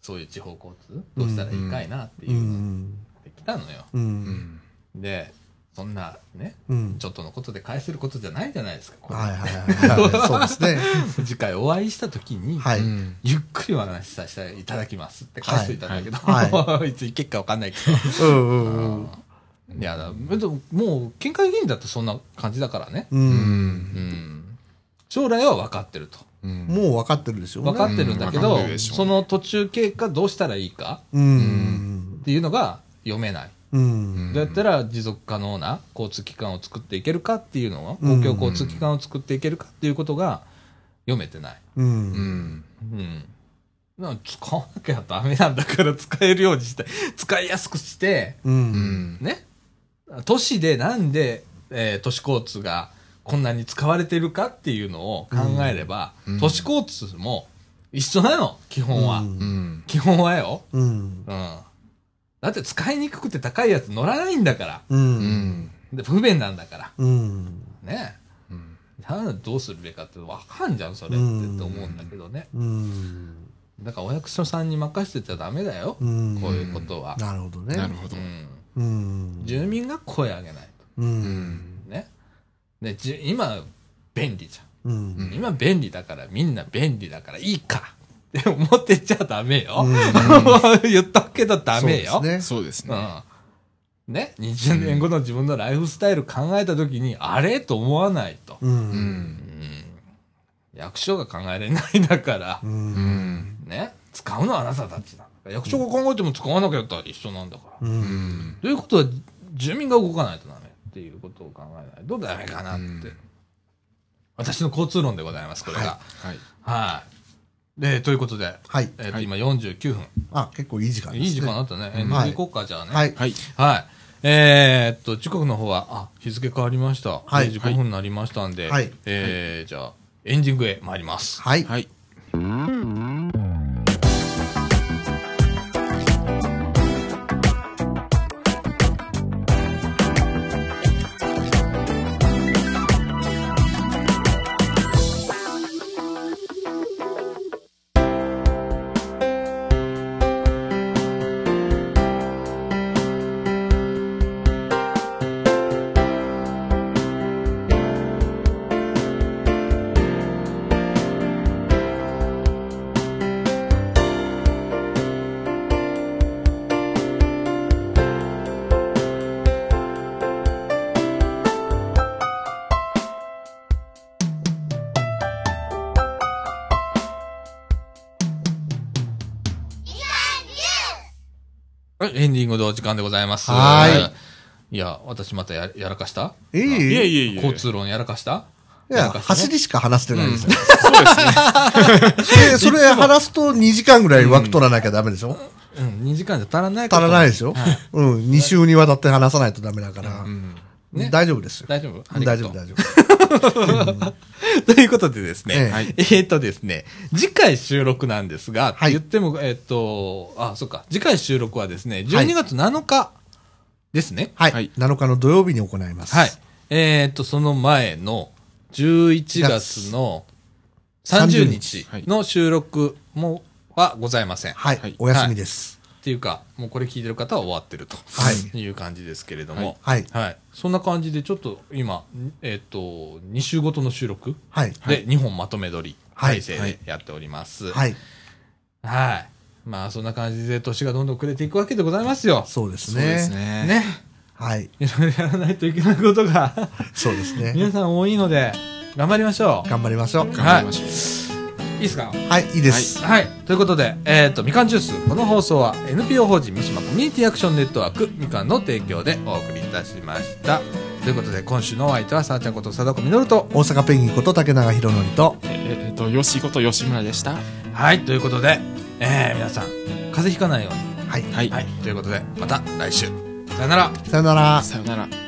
Speaker 1: そういう地方交通どうしたらいいかいなって
Speaker 2: う
Speaker 1: いうのが
Speaker 2: ん。
Speaker 1: できたのよ。
Speaker 2: う。
Speaker 3: うんん。
Speaker 1: でそんなね
Speaker 2: うん
Speaker 1: ち。ょっとのことで返せることじゃないじゃないですか、これ
Speaker 2: はいはいはいはい。そうですね。
Speaker 1: 次回お会いした時に、
Speaker 2: はい。
Speaker 1: ゆっくりお話しさせていただきますって返しといたんだけど、、
Speaker 2: はいはい
Speaker 1: つ い結果わかんないけど。
Speaker 2: うんうんうん。
Speaker 1: いやだでももう県会議員だってそんな感じだからね、
Speaker 2: う。
Speaker 3: うんん。
Speaker 1: うん、将来は分かってると
Speaker 3: うん。
Speaker 2: もう分かってるでしょうね。
Speaker 1: 分かってるんだけ
Speaker 3: うん
Speaker 1: ど、
Speaker 3: 分かってるでしょうね
Speaker 1: その途中経過どうしたらいいか
Speaker 2: うん。
Speaker 1: っていうのが読めない、
Speaker 2: うん。
Speaker 1: どうやったら持続可能な交通機関を作っていけるかっていうのは公共交通機関を作っていけるかっていうことが読めてない、
Speaker 2: う。
Speaker 3: うんん。
Speaker 1: うん、なん使わなきゃダメなんだから使えるようにして使いやすくして
Speaker 2: う。
Speaker 3: うんん。
Speaker 1: ね、都市でなんで、えー都市交通がこんなに使われてるかっていうのを考えれば、
Speaker 3: うん
Speaker 1: 都市交通も一緒なの、基本は。
Speaker 2: うん
Speaker 3: うん。
Speaker 1: 基本はよ、
Speaker 2: うん。
Speaker 1: うん。だって使いにくくて高いやつ乗らないんだから。
Speaker 2: う。
Speaker 3: うんん。
Speaker 1: で不便なんだから。
Speaker 2: うん。
Speaker 1: ね。
Speaker 3: うん。
Speaker 1: なんだどうするべきかってわかんじゃん、それって
Speaker 2: うん
Speaker 1: と思うんだけどね。
Speaker 2: うん。
Speaker 1: だからお役所さんに任せてちゃダメだよ。
Speaker 2: うん
Speaker 1: こういうことは。
Speaker 2: なるほどね。
Speaker 3: なるほど
Speaker 1: う。ん
Speaker 2: うん。
Speaker 1: 住民が声上げない
Speaker 2: うん。
Speaker 1: と。ね。ね、じ今、便利じゃ
Speaker 2: うん。
Speaker 1: ん。今便利だから、みんな便利だからいいかって思ってちゃダメよ。 言ったけどダメよ。
Speaker 2: そうですね。
Speaker 3: そうです
Speaker 1: う
Speaker 3: ね。
Speaker 1: ん。ね、20年後の自分のライフスタイル考えたときに、あれと思わないと。
Speaker 2: う。
Speaker 3: うんん。
Speaker 1: 役所が考えれないんだから
Speaker 2: う、。
Speaker 3: うんん。
Speaker 1: ね、使うのはあなたたちなんだから。役所が考えても使わなきゃったら一緒なんだから。
Speaker 2: う。
Speaker 3: うんん。
Speaker 1: ということは、住民が動かないとダメっていうことを考えないとダメかなって。
Speaker 3: うん
Speaker 1: 私の交通論でございます、これが。
Speaker 3: はい。
Speaker 1: はい。で、ということで、
Speaker 2: はい。
Speaker 1: えっ、と、
Speaker 3: はい
Speaker 1: 今49分。
Speaker 2: あ、結構いい時間ですね。
Speaker 1: いい時間だったね。エンディング行こうか、じゃあね。
Speaker 2: はい。
Speaker 3: はい。
Speaker 1: はい。えーっと、時刻の方は、あ、日付変わりました。
Speaker 2: はい
Speaker 1: 0時5分になりましたんで、
Speaker 2: はい
Speaker 1: えー、じゃあ、エンディングへ参ります。
Speaker 2: はい。
Speaker 3: はい。
Speaker 1: はい、エンディングのお時間でございます。。
Speaker 2: はい
Speaker 1: いや、私またややらかした
Speaker 2: ええ
Speaker 3: いえいえいえ。
Speaker 1: 交通論やらかした
Speaker 2: いや、走りしか話してないですよ。
Speaker 3: そうですね。
Speaker 2: で、それ話すと2時間ぐらい枠取らなきゃダメでしょ
Speaker 1: うん、2時間じゃ足らないこと
Speaker 2: 足らないでしょ
Speaker 1: はい
Speaker 2: うん。2週にわたって話さないとダメだから
Speaker 3: う。ん。
Speaker 1: ね
Speaker 2: 大丈夫ですよ。
Speaker 1: 大丈夫あ
Speaker 2: うん
Speaker 1: りが
Speaker 2: 大
Speaker 1: と
Speaker 2: 丈
Speaker 1: う
Speaker 2: 夫、大 丈
Speaker 1: ということでですね、
Speaker 2: え
Speaker 1: えーっとですね、次回収録なんですが、
Speaker 2: はい
Speaker 1: 言っても、えーっと、あ、そっか、次回収録はですね、12月7日ですね。
Speaker 2: 夫。は
Speaker 3: はいい。
Speaker 2: 7日の土曜日に行います。
Speaker 1: はい。えーっと、その前の11月の30日の収録もはございません。
Speaker 2: は
Speaker 3: はいい。
Speaker 2: お休みです。
Speaker 1: っていうか、もうこれ聞いてる方は終わってると、、
Speaker 2: はい
Speaker 1: う感じですけれども、
Speaker 2: はい
Speaker 1: はい。そんな感じで、ちょっと今、えーっと、2週ごとの収録
Speaker 2: はい。
Speaker 1: で、2本まとめ撮り
Speaker 2: はい
Speaker 1: 体制でやっております。
Speaker 2: はい。
Speaker 1: はい。まあ、そんな感じで、年がどんどん暮れていくわけでございますよ。
Speaker 2: そうです
Speaker 3: そうです
Speaker 2: ね。
Speaker 3: ね。
Speaker 1: ね。
Speaker 2: はい。
Speaker 1: いろいろやらないといけないことが、
Speaker 2: そうですね。
Speaker 1: 皆さん多いので、頑張りましょ
Speaker 2: 頑張りましょう。
Speaker 3: 頑張りましょう。
Speaker 1: う。いいですか
Speaker 2: はい、いいです。
Speaker 1: はい。ということで、えっ、と、みかんジュース。この放送は NPO 法人三島コミュニティアクションネットワークみかんの提供でお送りいたしました。ということで、今週のお相手は、さあちゃんこと貞子みのると。
Speaker 2: 大阪ペンギンこと竹永宏典と、
Speaker 3: えええっと、よしこと吉村でした。
Speaker 1: はい。ということで、えー、皆さん、風邪ひかないように。
Speaker 2: はい。
Speaker 3: はい。
Speaker 1: はい。ということで、また来週。さよなら。
Speaker 2: さよなら。
Speaker 3: さよなら。